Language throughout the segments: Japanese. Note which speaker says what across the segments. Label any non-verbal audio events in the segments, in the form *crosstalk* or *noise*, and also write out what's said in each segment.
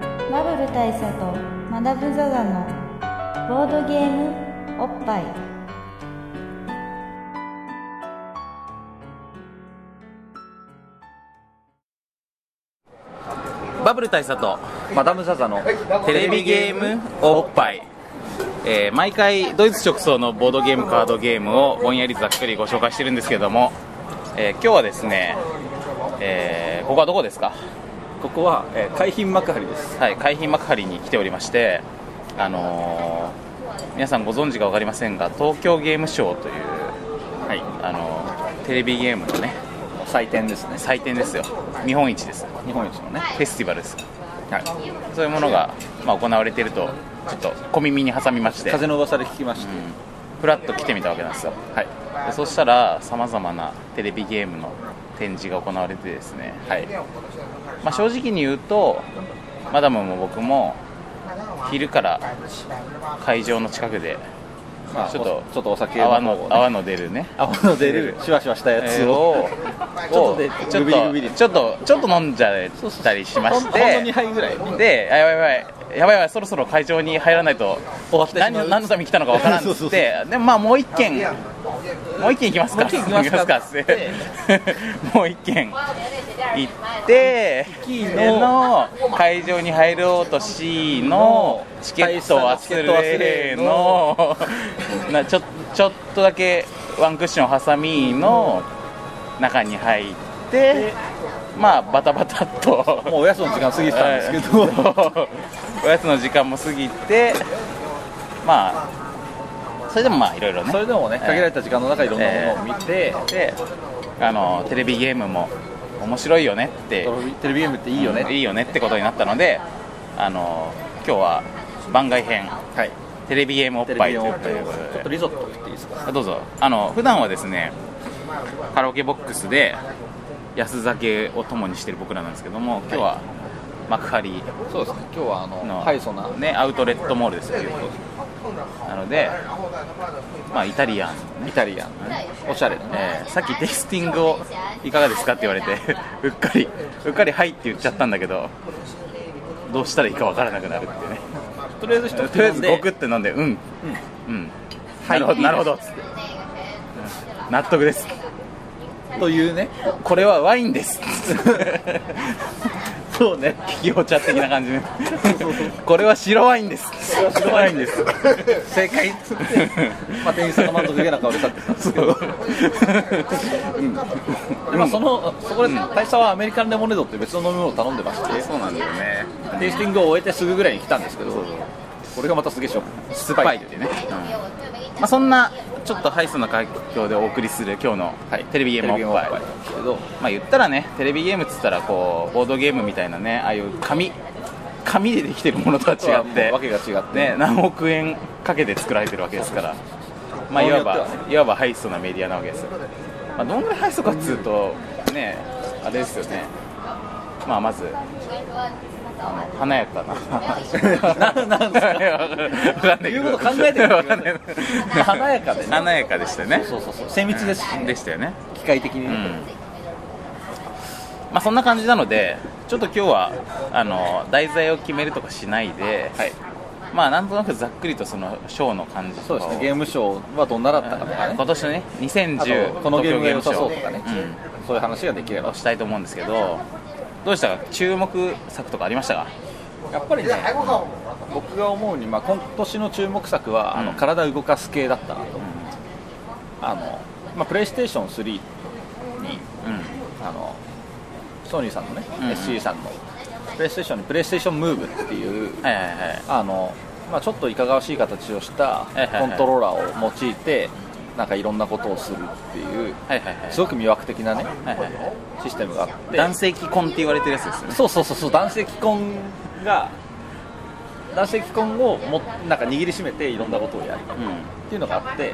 Speaker 1: 部大佐とマダム・ザ・ザのボードゲームおっぱい
Speaker 2: バブル大佐と
Speaker 3: マダムザザの
Speaker 2: テレビゲームおっぱい、えー毎回ドイツ直送のボードゲームカードゲームをぼんやりとざっくりご紹介してるんですけども、えー今日はですね、えーここはどこですか
Speaker 3: ここは、えー海浜幕張です
Speaker 2: はい海浜幕張に来ておりましてあのー皆さんご存知か分かりませんが東京ゲームショウという、はいあのーテレビゲームのね
Speaker 3: 祭典ですね
Speaker 2: 祭典ですよ日本一です
Speaker 3: 日本一のね
Speaker 2: フェスティバルですそういうものが、まあ、行われているとちょっと小耳に挟みまして
Speaker 3: 風の噂で聞きました、
Speaker 2: フラッと来てみたわけなんですよ、はい、でそしたらさまざまなテレビゲームの展示が行われてですね、はいまあ、正直に言うとマダムも僕も昼から会場の近くで
Speaker 3: まあ、
Speaker 2: ち
Speaker 3: ち
Speaker 2: ょ
Speaker 3: ょ
Speaker 2: っ
Speaker 3: っ
Speaker 2: と
Speaker 3: とちょっとお酒の
Speaker 2: 泡
Speaker 3: 方
Speaker 2: の
Speaker 3: をね
Speaker 2: 泡の出るね
Speaker 3: 泡の出るシュワシュワしたやつを、
Speaker 2: を
Speaker 3: ちょっとで
Speaker 2: ちょっ
Speaker 3: グビリグビ
Speaker 2: と
Speaker 3: リ
Speaker 2: ちょっとちょっと飲んじゃったりしま
Speaker 3: ほん
Speaker 2: し
Speaker 3: ほんの2
Speaker 2: て
Speaker 3: 杯ぐらい
Speaker 2: であやばいやばいやばいやばいそろそろ会場に入らないと
Speaker 3: 終わってしまう
Speaker 2: 何の何のために来たのかわからんっつ
Speaker 3: そ
Speaker 2: っ
Speaker 3: うそう
Speaker 2: てでもまあもう一軒もう一軒行きますか
Speaker 3: もう一軒行きますか
Speaker 2: 行きますかっつ *laughs* ってもう一軒行っての会場に入ろうとしのチケット忘れのなちょちょっとだけワンクッション挟みの中に入ってまあバタバタっと
Speaker 3: もうおやつの時間過ぎてたんですけど、
Speaker 2: *laughs* おやつの時間も過ぎてまあそれでもまあいろいろね
Speaker 3: それでもね限られた時間の中いろんなものを見て、
Speaker 2: であのテレビゲームも面白いよねって
Speaker 3: テレビゲームっていいよね、
Speaker 2: いいよねってことになったのであの今日は番外編
Speaker 3: はい
Speaker 2: テレビゲームおっ
Speaker 3: テレ
Speaker 2: ぱ
Speaker 3: ビ
Speaker 2: い
Speaker 3: ゲー
Speaker 2: と
Speaker 3: ム
Speaker 2: い
Speaker 3: を
Speaker 2: う
Speaker 3: ちょ
Speaker 2: こ
Speaker 3: っ
Speaker 2: と
Speaker 3: と
Speaker 2: で
Speaker 3: リゾット食っていいですか
Speaker 2: あどうぞあの普段はですねカラオケボックスで安酒を共にしてる僕らなんですけども今日は幕張
Speaker 3: そうですね今日はあの
Speaker 2: の、
Speaker 3: ハイソな
Speaker 2: ね、アウトレットモールですよなので、まあ、イタリアン
Speaker 3: イタリアンのねおしゃれなね、
Speaker 2: えーさっきテイスティングをいかがですかって言われて *laughs* うっかりうっかりはいって言っちゃったんだけどどうしたらいいかわからなくなるってね
Speaker 3: とりあえず一口飲ん
Speaker 2: と
Speaker 3: で
Speaker 2: りあえずゴクって飲んでうんうん、なるほどなるほどっつって納得です
Speaker 3: という *laughs* ね
Speaker 2: これはワイン
Speaker 3: *laughs*
Speaker 2: です
Speaker 3: そうね
Speaker 2: 企業茶的な感じ
Speaker 3: *laughs*
Speaker 2: ねこれは白ワインです白ワインです
Speaker 3: 正解っつって、まあ、店員さんが満足げな顔で去ってたんです
Speaker 2: *laughs*
Speaker 3: けど、今そのそこで大佐はアメリカンレモネードって別の飲み物を頼んでまして
Speaker 2: そうなんだよね
Speaker 3: テイスティングを終えてすぐぐらいに来たんですけどこれがまたすげえしょ酸っぱ
Speaker 2: ぱ
Speaker 3: い
Speaker 2: い
Speaker 3: っ
Speaker 2: ってて
Speaker 3: い
Speaker 2: ね
Speaker 3: うね、
Speaker 2: まあ、そんなちょっとハイソな環境でお送りする今日の、テレビゲームおっぱい
Speaker 3: テレビゲームおっぱいですけど
Speaker 2: まあ言ったらねテレビゲームっつったらこうボードゲームみたいなねああいう紙紙でできてるものとは違って
Speaker 3: わけが違って、
Speaker 2: ね、何億円かけて作られてるわけですから、まあ、
Speaker 3: も
Speaker 2: い
Speaker 3: のに
Speaker 2: わ
Speaker 3: よって
Speaker 2: ば
Speaker 3: はね
Speaker 2: いわばハイソなメディアなわけですよ、まあ、どんぐらいハイソかっつうとねあれですよねまあまずあの華やかな
Speaker 3: ななんですか
Speaker 2: わかんないけど
Speaker 3: *laughs* 言うこと考えてるんだけど
Speaker 2: わかんない
Speaker 3: 華やかでね
Speaker 2: *laughs* 華やかでしたよね
Speaker 3: そうそうそう精密ですし、ね
Speaker 2: でしたよね
Speaker 3: 機械的に
Speaker 2: う
Speaker 3: ね、
Speaker 2: んまあそんな感じなのでちょっと今日はあの題材を決めるとかしないで、
Speaker 3: はい
Speaker 2: まあなんとなくざっくりとそのショーの感じと
Speaker 3: そう
Speaker 2: か
Speaker 3: で
Speaker 2: を
Speaker 3: すねゲームショーはどんなだったかとかね
Speaker 2: 今年のね
Speaker 3: あ
Speaker 2: 2010
Speaker 3: とこのゲームが良さそうと
Speaker 2: 東
Speaker 3: か
Speaker 2: 京ゲ
Speaker 3: ね
Speaker 2: ームショー、
Speaker 3: そういう話ができれ
Speaker 2: うん
Speaker 3: ば
Speaker 2: をしたいと思うんですけどどうでしたか注目作とかありましたか
Speaker 3: やっぱりね僕が思うに、まあ、今年の注目作は、あの
Speaker 2: うん
Speaker 3: 体動かす系だったなと、あのまあ、プレイステーション3に
Speaker 2: う
Speaker 3: あのソニーさんのね、
Speaker 2: うん
Speaker 3: SC さんのプレイステーションにプレイステーションムーブっていうん
Speaker 2: はいはいはい
Speaker 3: あの、まあ、ちょっといかがわしい形をした
Speaker 2: いはいはい
Speaker 3: コントローラーを用いてなんかいろんなことをするっていう
Speaker 2: はいはいはい
Speaker 3: すごく魅惑的なね
Speaker 2: はいはいは
Speaker 3: システムがあっ
Speaker 2: い
Speaker 3: て
Speaker 2: 男性既婚って言われてるやつですよね
Speaker 3: そうそうそうそう男性既婚が男性既婚をもなんか握りしめていろんなことをやるっ
Speaker 2: うん
Speaker 3: ていうのがあって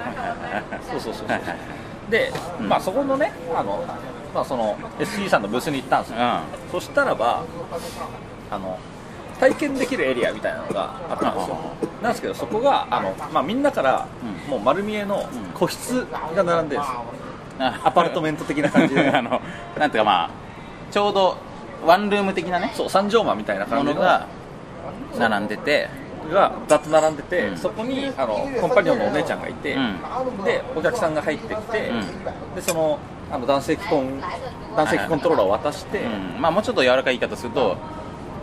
Speaker 3: そうそうそう
Speaker 2: はいはい
Speaker 3: そうで、
Speaker 2: うん
Speaker 3: まあ、そこのねあの、まあ、その SE さんのブースに行ったんですよ
Speaker 2: はい
Speaker 3: そしたらばあの体験できるエリアみたいなのがあったんですよなんですけどそこがあの、まあ、みんなから
Speaker 2: うん
Speaker 3: もう丸見えの個室が並んでるんですよ
Speaker 2: うんあ
Speaker 3: アパルトメント的な感じ
Speaker 2: *laughs*
Speaker 3: で *laughs*
Speaker 2: あのなんていうかまあちょうどワンルーム的なね
Speaker 3: そう三畳間みたいな
Speaker 2: も
Speaker 3: 感じ
Speaker 2: の
Speaker 3: の
Speaker 2: が並んでて
Speaker 3: が2つ並んでて、
Speaker 2: うん
Speaker 3: そこにあのコンパニオンのお姉ちゃんがいて、
Speaker 2: う
Speaker 3: でお客さんが入ってきて、
Speaker 2: う
Speaker 3: でそのあの男性機コン男性機コントローラーを渡して、
Speaker 2: うんまあ、もうちょっと柔らかい言い方すると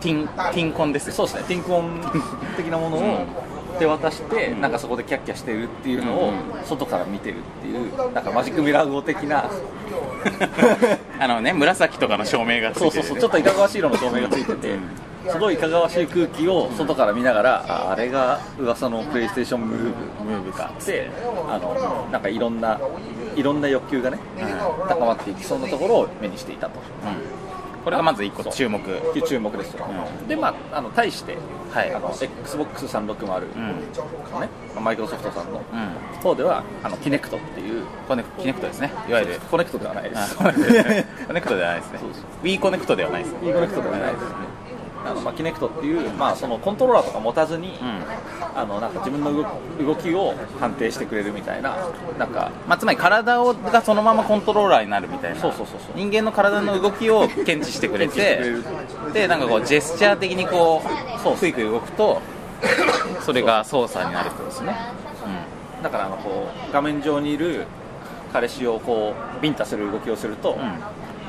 Speaker 2: ティンティンコンです
Speaker 3: そうですねピンクオン的なものを手渡して、
Speaker 2: うん
Speaker 3: なんかそこでキャッキャしてるっていうのを
Speaker 2: う
Speaker 3: 外から見てるっていうなんかマジックミラー号的な
Speaker 2: *laughs* あのね紫とかの照明がついて
Speaker 3: そう
Speaker 2: る
Speaker 3: そうそうちょっといかがわしい色の照明がついててすごいいかがわしい空気を外から見ながら、ああれが噂のプレイステーションムーブムーブかってあのなんかいろんないろんな欲求がね、
Speaker 2: ん
Speaker 3: 高まっていきそうなところを目にしていたと
Speaker 2: うんこれがまず一個
Speaker 3: そう
Speaker 2: 注目
Speaker 3: いう注目ですよ、
Speaker 2: う
Speaker 3: でまああの対して、
Speaker 2: はい
Speaker 3: あの XBOX360 ね、
Speaker 2: うん
Speaker 3: マイクロソフトさん
Speaker 2: う
Speaker 3: の
Speaker 2: ん
Speaker 3: 方ではあの Kinect っていう
Speaker 2: コネキネクトですねいわゆる
Speaker 3: コネクトではないです
Speaker 2: あコネクトですねコネクトではないですね
Speaker 3: そうそう
Speaker 2: Wii コネクトではないですね
Speaker 3: E コネクトではないですねあのまあ、キネクトっていう、まあ、そのコントローラーとか持たずに、
Speaker 2: うん
Speaker 3: あのなんか自分の動き動きを判定してくれるみたいな、なんか、
Speaker 2: まあ、つまり体をがそのままコントローラーになるみたいな
Speaker 3: そうそうそうそう
Speaker 2: 人間の体の動きを検知してくれ
Speaker 3: 検知して
Speaker 2: て
Speaker 3: くれる
Speaker 2: でなんかこうジェスチャー的にこ
Speaker 3: そう
Speaker 2: うクイクイ動くとそれが操作になるってことですね、
Speaker 3: だからあのこう画面上にいる彼氏をこうビンタする動きをすると、
Speaker 2: ん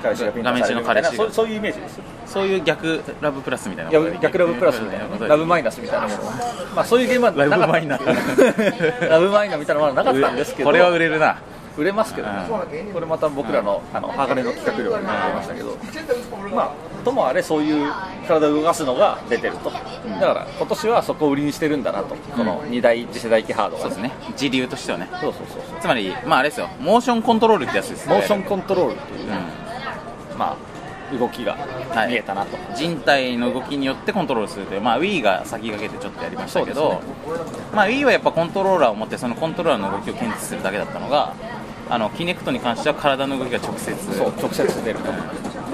Speaker 3: 彼氏がビンタされるみた
Speaker 2: 画面中の彼
Speaker 3: いな
Speaker 2: 氏が
Speaker 3: そうそういうイメージですよ
Speaker 2: うん、そういう逆ラブプラスみたいなことがで
Speaker 3: 逆
Speaker 2: きる
Speaker 3: 逆ラブプラスみたいな、ラブマイナスみたいなもの、まあ、そういう現場
Speaker 2: ラブマイナー
Speaker 3: *laughs* ラブマイナーみたいなものはなかったんですけど、
Speaker 2: これは売れるな
Speaker 3: 売れますけどね、これまた僕らのあの鋼の企画力になりましたけど、まあ、ともあれ、そういう体を動かすのが出てると、だから今年はそこを売りにしてるんだなと、この2代、次世代機ハードが、
Speaker 2: そうですね自流としてはね
Speaker 3: そうそうそうそう
Speaker 2: つまりまああれですよモーションコントロールってやつですね
Speaker 3: モーションコントロールっていう、
Speaker 2: う
Speaker 3: まあ、動きが
Speaker 2: い
Speaker 3: 見えたなと、
Speaker 2: ん人体の動きによってコントロールするという、まあ、Wii が先駆けてちょっとやりましたけど、まあ、Wii はやっぱコントローラーを持ってそのコントローラーの動きを検知するだけだったのがあの Kinect に関しては体の動きが直接
Speaker 3: そう直接出ると、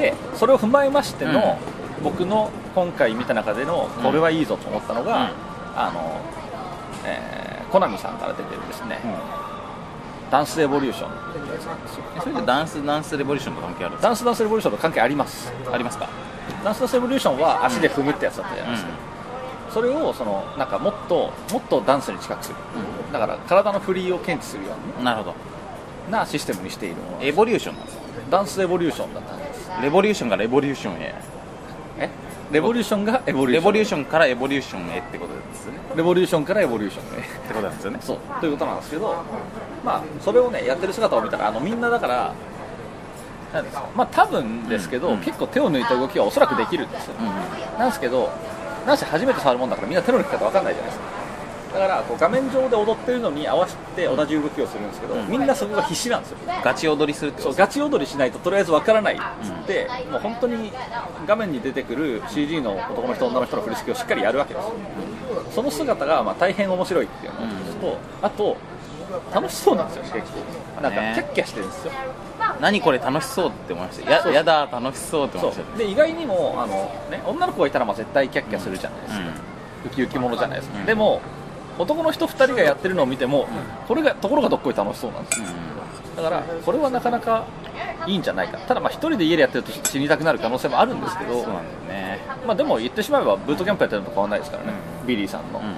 Speaker 3: でそれを踏まえましての、僕の今回見た中でのこれはいいぞと思ったのが、
Speaker 2: うん
Speaker 3: あのえーコナミさんから出てるですね、
Speaker 2: うん
Speaker 3: ダンスエボリューション
Speaker 2: えそれってダンスダンスレボリューションと関係あるんです
Speaker 3: ダンスダンスエボリューションと関係あります
Speaker 2: かありますか、
Speaker 3: ダンスダンスエボリューションは足で踏むってやつだったじゃないですか、それをそのなんかもっともっとダンスに近くするだから体の振りを検知するよ
Speaker 2: うんなるほど
Speaker 3: うなシステムにしているもの
Speaker 2: エボリューションなんですよ
Speaker 3: ダンスエボリューションだったんです
Speaker 2: レボリューションからエボリューションへ
Speaker 3: えレボリューションがエボリュー
Speaker 2: レ
Speaker 3: ション
Speaker 2: ボリューションからエボリューションへってことですよね
Speaker 3: レボリューションからエボリューションね
Speaker 2: ってことなんですよね
Speaker 3: そうということなんですけど、まあ、それをねやってる姿を見たらあのみんなだからなんですかまあ多分ですけど、
Speaker 2: うん
Speaker 3: 結構手を抜いた動きはおそらくできるんですよ、
Speaker 2: うんうん
Speaker 3: なんですけどなんせ初めて触るもんだからみんな手の抜き方わかんないじゃないですかだからこう画面上で踊ってるのに合わせて同じ動きをするんですけど、
Speaker 2: うん
Speaker 3: みんなそこが必死なんですよ
Speaker 2: ガチ踊りするってことで
Speaker 3: そう
Speaker 2: すね
Speaker 3: ガチ踊りしないととりあえずわからないっつって、もう本当に画面に出てくる CG の男の人女の人の振り付けをしっかりやるわけですよ、その姿がまあ大変面白いっていうのと、あと楽しそうなんですよ結構なんかキ
Speaker 2: ね
Speaker 3: ャッキャしてるんですよ、
Speaker 2: 何これ楽しそうって思いましたややだ楽しそうって思い
Speaker 3: そ
Speaker 2: ました
Speaker 3: うで意外にもあの、ね、女の子がいたらまあ絶対キャッキャするじゃないですか、ウキウキものじゃないですか、
Speaker 2: うん
Speaker 3: でも男の人2人がやってるのを見ても、これがところがどっこい楽しそうなんです
Speaker 2: う
Speaker 3: よ
Speaker 2: ん、うん
Speaker 3: だからこれはなかなかいいんじゃないかただまあ一人で家でやってるとちょっと死にたくなる可能性もあるんですけど
Speaker 2: そうなんだよね、
Speaker 3: まあでも言ってしまえばブートキャンプやってるのと変わらないですからね、ビリーさんの、
Speaker 2: うん、
Speaker 3: だ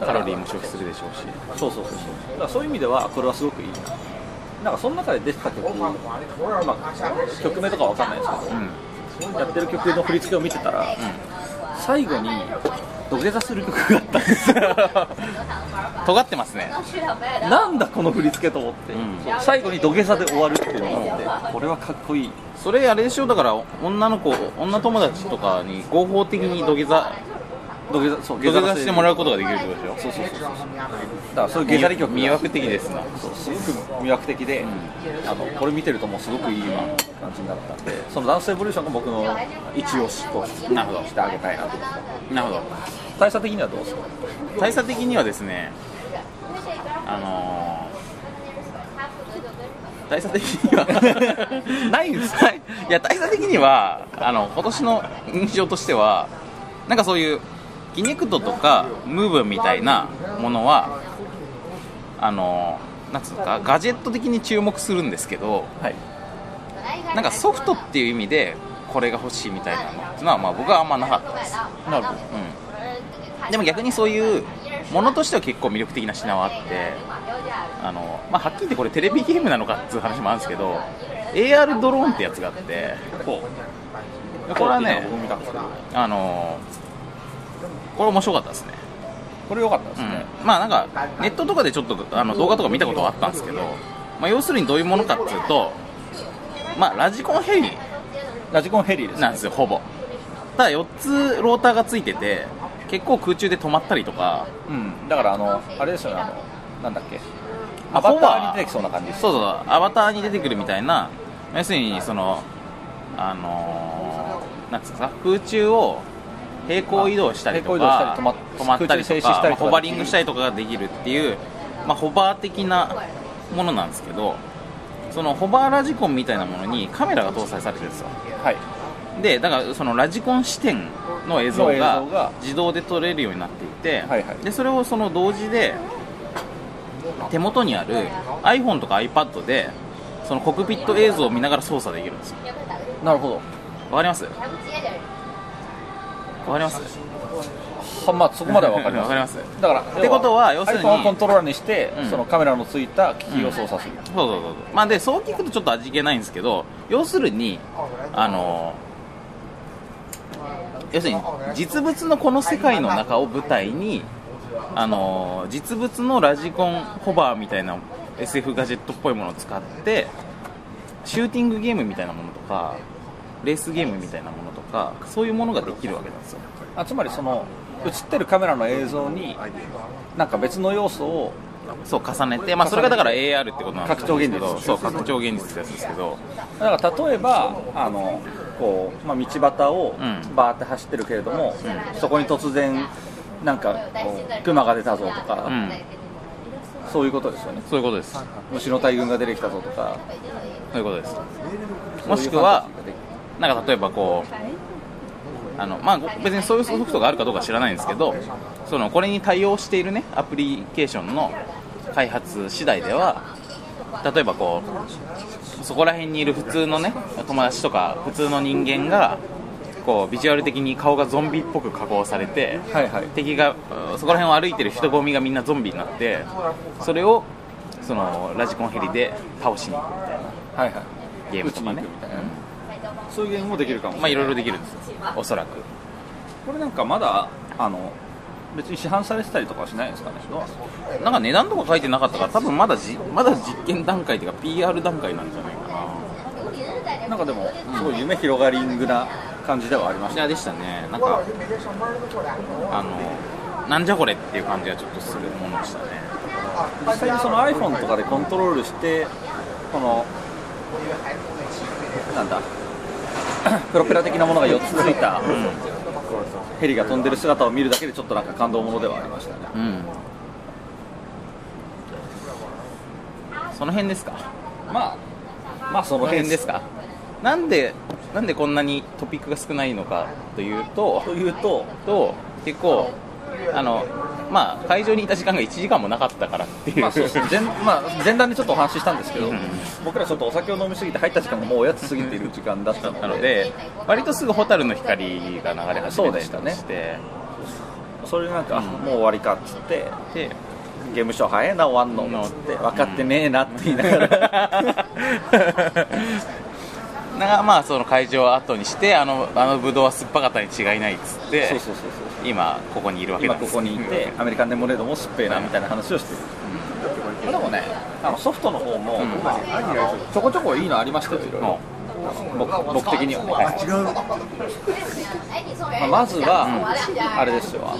Speaker 2: カ
Speaker 3: から
Speaker 2: ロリーも消費するでしょうし、
Speaker 3: そうそうそうそうだからそういう意味ではこれはすごくいいななんかその中で出てた曲、まあ、曲名とかわかんないです
Speaker 2: *laughs*
Speaker 3: け
Speaker 2: うん、
Speaker 3: ど、やってる曲の振り付けを見てたら、最後に土下座する曲があったん
Speaker 2: *laughs*
Speaker 3: ですよ
Speaker 2: 尖ってますね
Speaker 3: なんだこの振り付けと思って、
Speaker 2: うん
Speaker 3: そう最後に土下座で終わるっていうのがあってこれはかっこいい
Speaker 2: それあれでしょだから女の子女友達とかに合法的に土下座
Speaker 3: 土下座そう
Speaker 2: 土下座
Speaker 3: 制
Speaker 2: してもらうことができるってことでしょ
Speaker 3: そうそうそうそうだからそういう下座り曲が
Speaker 2: 魅惑的ですな
Speaker 3: そうすごく魅惑的で、あのこれ見てるともうすごくいいわ感じになったんでそのダンスエボリューションが僕の一押しとして
Speaker 2: なるほど
Speaker 3: あげたいなと
Speaker 2: なるほど
Speaker 3: 大佐的にはどうですか
Speaker 2: 大差的にはですねあのー大差的にはないんですかいや大差的にはあの今年の印象としてはなんかそういうギネクトとかムーブみたいなものはあのーなんつうのかガジェット的に注目するんですけど、
Speaker 3: はい
Speaker 2: なんかソフトっていう意味でこれが欲しいみたいなのっていうのは、まあ、僕はあんまなかったです、
Speaker 3: なるほど
Speaker 2: うん、でも逆にそういうものとしては結構魅力的な品はあってあの、まあ、はっきり言ってこれテレビゲームなのかっていう話もあるんですけど AR ドローンってやつがあって
Speaker 3: こう
Speaker 2: これはね
Speaker 3: 僕も見たんですけど
Speaker 2: あのこれ面白かったですね
Speaker 3: これ良かったですね、
Speaker 2: うん、まあなんかネットとかでちょっとあの動画とか見たことはあったんですけど、まあ、要するにどういうものかっていうと、まあ、ラジコンヘリ
Speaker 3: ラジコンヘリですね
Speaker 2: なんですよほぼただ4つローターがついてて結構空中で止まったりとか
Speaker 3: うん、だからあのあれですよねあのなんだっけ
Speaker 2: まあ
Speaker 3: アバタ
Speaker 2: ホ
Speaker 3: ー
Speaker 2: バ
Speaker 3: に出てきそうな感じです
Speaker 2: そうそうアバターに出てくるみたいな要するにそのあのー、なんつうんですか空中を平行移動したりとか
Speaker 3: 平行移動し
Speaker 2: 止
Speaker 3: たり止
Speaker 2: ま
Speaker 3: ま
Speaker 2: ったりと
Speaker 3: 空中静
Speaker 2: か
Speaker 3: 止した
Speaker 2: まあ
Speaker 3: りとか
Speaker 2: ホバリングしたりとかができるっていう、まあ、ホバー的なものなんですけどそのホバーラジコンみたいなものにカメラが搭載されてるんですよ
Speaker 3: はい
Speaker 2: でだからそのラジコン視点の映像
Speaker 3: の映像
Speaker 2: が
Speaker 3: が
Speaker 2: 自動で撮れるようになっていて、
Speaker 3: はいはい
Speaker 2: でそれをその同時で手元にある iPhone とか iPad でそのコクピット映像を見ながら操作できるんですよ
Speaker 3: なるほど
Speaker 2: わかりますわかります
Speaker 3: はまあそこまでは分かります *laughs*
Speaker 2: わかります
Speaker 3: だから
Speaker 2: てことは要するに
Speaker 3: iPhone をコントローラーにして、
Speaker 2: うん
Speaker 3: そのカメラのついた機器を操作する、
Speaker 2: そうそうそうそうまあでそう聞くとちょっと味気ないんですけど要するにあの要するに実物のこの世界の中を舞台にあの実物のラジコンホバーみたいな SF ガジェットっぽいものを使ってシューティングゲームみたいなものとかレースゲームみたいなものとかそういうものができるわけなんですよ
Speaker 3: あつまりその映ってるカメラの映像になんか別の要素を
Speaker 2: そう重ねて、まあ、それがだから AR ってことなんですけど
Speaker 3: 拡張現実ですね
Speaker 2: そう拡張現実ってやつですけど
Speaker 3: だから例えばあのこう、まあ、道端を
Speaker 2: うん
Speaker 3: バーって走ってるけれども、そこに突然なんかこうクマが出たぞとか、
Speaker 2: うん
Speaker 3: そういうことですよね
Speaker 2: そういうことですそ
Speaker 3: 虫の大群が出てきたぞとか
Speaker 2: ういうことです
Speaker 3: そう
Speaker 2: も
Speaker 3: い
Speaker 2: し
Speaker 3: う
Speaker 2: く
Speaker 3: ファ
Speaker 2: は
Speaker 3: ンタジーができる
Speaker 2: なんか例えばこうあの、まあ、ご別にそういうソフトがあるかどうか知らないんですけどそのこれに対応している、ね、アプリケーションの開発次第では例えばこうそこら辺にいる普通の、ね、友達とか普通の人間がこうビジュアル的に顔がゾンビっぽく加工されて
Speaker 3: はいはい
Speaker 2: 敵がうんそこら辺を歩いてる人混みがみんなゾンビになってそれをそのラジコンヘリで倒しに行くみたいな
Speaker 3: はいはい
Speaker 2: ゲームとかね
Speaker 3: 打ちに行くみたいなねそういうゲームもできるかもしれ
Speaker 2: ま
Speaker 3: な
Speaker 2: あ
Speaker 3: い、
Speaker 2: いろいろできるんですよおそらく
Speaker 3: これなんかまだあの別に市販されてたりとかはしないんですかねどうなんですか
Speaker 2: なんか値段とか書いてなかったから多分まだじまだ実験段階っていうか PR 段階なんじゃないか
Speaker 3: なんかでもすごい夢広がりングな感じではありま
Speaker 2: な
Speaker 3: し
Speaker 2: い
Speaker 3: た
Speaker 2: やでしたねなんかあのなんじゃこれっていう感じがちょっとするものでしたね
Speaker 3: 実際にその iPhone とかでコントロールしてこのなんだ *coughs* プロペラ的なものが4つついたヘリが飛んでる姿を見るだけでちょっとなんか感動ものではありましたね
Speaker 2: うん、うん、その辺ですか
Speaker 3: まあまあそ
Speaker 2: そ
Speaker 3: の
Speaker 2: の辺
Speaker 3: 辺で
Speaker 2: ですすかなんでなんでこんなにトピックが少ないのかというと
Speaker 3: というと
Speaker 2: と結構あのまあ会場にいた時間が1時間もなかったからっていう、
Speaker 3: まあそうですね前 *laughs* まあ、前段でちょっとお話ししたんですけど、
Speaker 2: うん
Speaker 3: 僕らちょっとお酒を飲みすぎて入った時間がもうおやつ過ぎている時間だったので
Speaker 2: なので割とすぐ蛍の光が流れ始めたりと
Speaker 3: そう
Speaker 2: か
Speaker 3: で
Speaker 2: し、
Speaker 3: してそれでなんか、あもう終わりかっつって
Speaker 2: で *laughs*
Speaker 3: ゲームショー早いな終わんのっつって分かってねえなって言いながら
Speaker 2: なんかまあその会場を後にしてあのあのブドウは酸っぱかったに違いないっつって
Speaker 3: そうそうそうそう
Speaker 2: 今ここにいるわけ
Speaker 3: 今
Speaker 2: なんで
Speaker 3: こ
Speaker 2: す
Speaker 3: こにいて、アメリカンレモネードもすっぺーなみたいな話をしてる、でもねあのソフトの方も、
Speaker 2: ん
Speaker 3: まあちょこちょこいいのありましたよいろい
Speaker 2: も
Speaker 3: ろ僕僕的にはね、
Speaker 2: はい
Speaker 3: まあまずは、
Speaker 2: う
Speaker 3: あれですよあの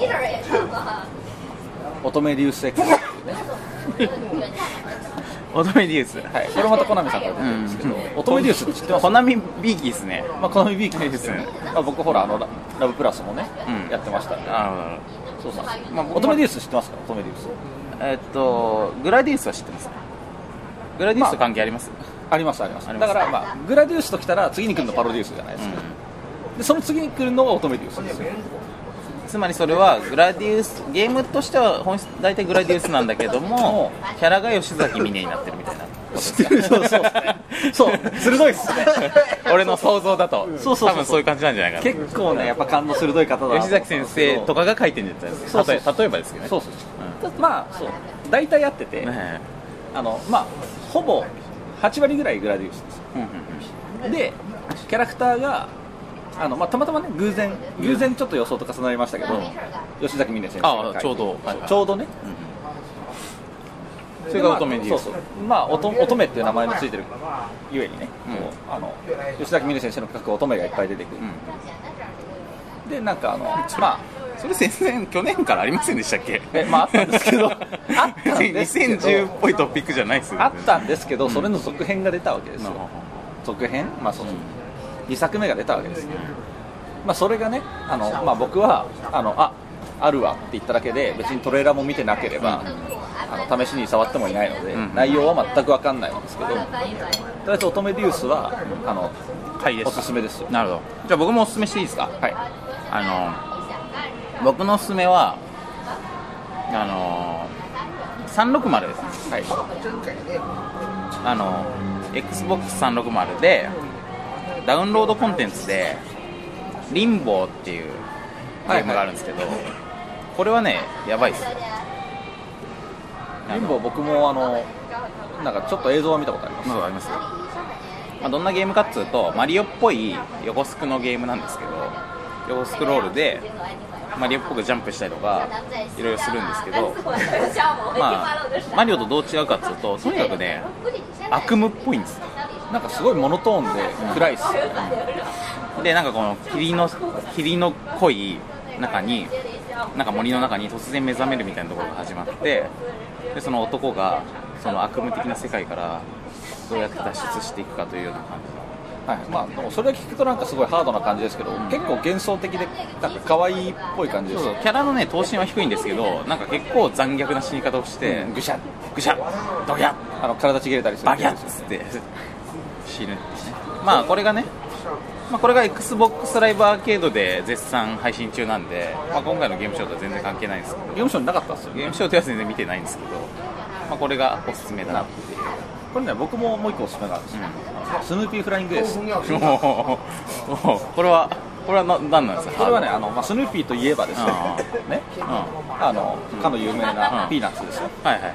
Speaker 3: 乙女流星君っていうね
Speaker 2: う乙女デュース、
Speaker 3: はい、これまたコナミさんから出てるんですけど、乙女デュースって知ってます
Speaker 2: コナミビーキーですね
Speaker 3: まあ、コナミビーキーです
Speaker 2: すね
Speaker 3: ね、まあ、僕ほらあのララブプラスもね、
Speaker 2: うん
Speaker 3: やってましたんで
Speaker 2: あ
Speaker 3: そうそう、
Speaker 2: まあ僕も
Speaker 3: 乙女デュース知ってますか乙女デュース
Speaker 2: のえっとグラディウスは知ってますグラディウスと関係あります、
Speaker 3: ありますあります
Speaker 2: ありま
Speaker 3: だ
Speaker 2: す
Speaker 3: から、まあ、グラデュースときたら次に来るのパロデュースじゃないですか、でその次に来るのが乙女デュースですよ
Speaker 2: つまりそれはグラディウス
Speaker 3: *laughs*
Speaker 2: ゲームとしては本質大体グラディウスなんだけどもキャラが吉崎峰になってるみたいなことです
Speaker 3: 知ってる *laughs* そうそう *laughs* そう鋭いっすね
Speaker 2: 俺の想像だと
Speaker 3: そうそうそう
Speaker 2: 多分そういう感じなんじゃないかな
Speaker 3: 結構ねやっぱ感の鋭い方だ
Speaker 2: 吉崎先生と
Speaker 3: か
Speaker 2: かが書いてんじゃないです
Speaker 3: そう
Speaker 2: か
Speaker 3: そう
Speaker 2: 例え例えばですけどね
Speaker 3: そうそう、まあそう大体やってて、
Speaker 2: ね
Speaker 3: あのまあほぼ8割ぐらいグラディウスです
Speaker 2: うんうん
Speaker 3: でキャラクターがあの、まあ、たまたまね偶然偶然ちょっと予想と重なりましたけど、吉崎美奈先生が書い
Speaker 2: あ
Speaker 3: て
Speaker 2: ちょうどはい
Speaker 3: ちょうどね
Speaker 2: それが乙女
Speaker 3: で
Speaker 2: 流
Speaker 3: まあそうそうまあ乙乙女っていう名前のついてるゆえにね、
Speaker 2: うん
Speaker 3: こうあの吉崎美奈先生の書く乙女がいっぱい出てくる
Speaker 2: う、ん
Speaker 3: でなんかあのまあ
Speaker 2: それ先生去年からありませんでしたっけ
Speaker 3: えまああったんです
Speaker 2: *laughs*
Speaker 3: けどあったんです *laughs* けど
Speaker 2: 2010っぽいトピックじゃないですよね
Speaker 3: あったんですけど、それの続編が出たわけです
Speaker 2: なるほ
Speaker 3: よ続編、まあ、その2作目が出たわけです、まあ、それがねあの、まあ、僕はあのああるわって言っただけで別にトレーラーも見てなければ、あの試しに触ってもいないので、
Speaker 2: うん
Speaker 3: 内容は全く分かんないんですけどとりあえず乙女デュースはあの
Speaker 2: どはいです
Speaker 3: おすすめですよ
Speaker 2: なるほどじゃあ僕もおすすめしていいですか
Speaker 3: はい
Speaker 2: あの僕のおすすめはあの360ですね
Speaker 3: はい
Speaker 2: あの XBOX360 でダウンロードコンテンツで「リンボー」っていうゲームがあるんですけど、これはねやばいです
Speaker 3: リンボー僕もあのなんかちょっと映像は見たことあります、
Speaker 2: あります、まあ、どんなゲームかっつうとマリオっぽい横スクのゲームなんですけど横スクロールでマリオっぽくジャンプしたりとかいろいろするんですけど、まあ、マリオとどう違うかっつうととにかくね悪夢っぽいんです
Speaker 3: なんかすごいモノトーンで暗いっすよね、
Speaker 2: でなんかこの霧の霧の濃い中になんか森の中に突然目覚めるみたいなところが始まってでその男がその悪夢的な世界からどうやって脱出していくかというような感
Speaker 3: はいまあ、でもそれを聞くとなんかすごいハードな感じですけど、結構幻想的でなんか可愛いっぽい感じ
Speaker 2: じ
Speaker 3: で
Speaker 2: そ
Speaker 3: す
Speaker 2: う
Speaker 3: よ
Speaker 2: そうキャラのね頭身は低いんですけどなんか結構残虐な死に方をして、
Speaker 3: ぐしゃっ
Speaker 2: ぐしゃっドギャッ
Speaker 3: あの体ちぎれたりする
Speaker 2: バギャッつって死ぬってねまあこれがね、まあ、これが XBOX ライブアーケードで絶賛配信中なんで、まあ、今回のゲームショーとは全然関係ないんですけど
Speaker 3: ゲームショーになかったっすよ
Speaker 2: ゲ
Speaker 3: ね
Speaker 2: ームショーでは全然見てないんですけど、まあ、これがおすすめだなっていう、
Speaker 3: これね僕ももう一個おすすめがあるんですよ、スヌーピーフライングエースこ
Speaker 2: もうもうこれはこれはな何なんですか
Speaker 3: れはねあの、まあ、スヌーピーといえばですね
Speaker 2: あ
Speaker 3: ね
Speaker 2: うんは
Speaker 3: あのかの有
Speaker 2: う
Speaker 3: 名なんピーナッツですよ
Speaker 2: いはいはい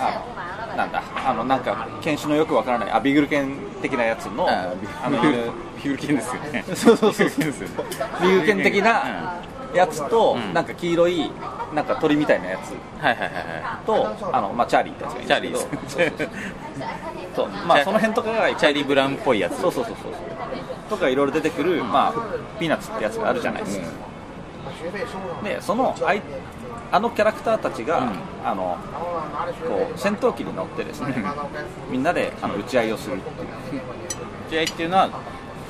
Speaker 3: あのなんだあのなんか犬種のよくわからないあビーグル犬的なやつの
Speaker 2: あビ
Speaker 3: あの
Speaker 2: ビービール犬ですよね
Speaker 3: そうそうそう
Speaker 2: ビール犬ですよね
Speaker 3: ビーグル犬的なやつと、
Speaker 2: うん
Speaker 3: なんか黄色いなんか鳥みたいなやつ
Speaker 2: はいはいはいは
Speaker 3: とあの、まあ、チャーリーってやつがい
Speaker 2: い
Speaker 3: い
Speaker 2: チャーリー
Speaker 3: ん
Speaker 2: で
Speaker 3: です
Speaker 2: す
Speaker 3: けどそうまあその辺とかが
Speaker 2: チャーリー・ブラウンっぽいやつ
Speaker 3: そうそうそうそうとかいろいろ出てくる、まあ、ピーナッツってやつがあるじゃないですか、でそのあいあのキャラクターたちが、
Speaker 2: うん
Speaker 3: あのこう戦闘機に乗ってですねみんなであの打ち合いをするっていう
Speaker 2: 試合っていうのは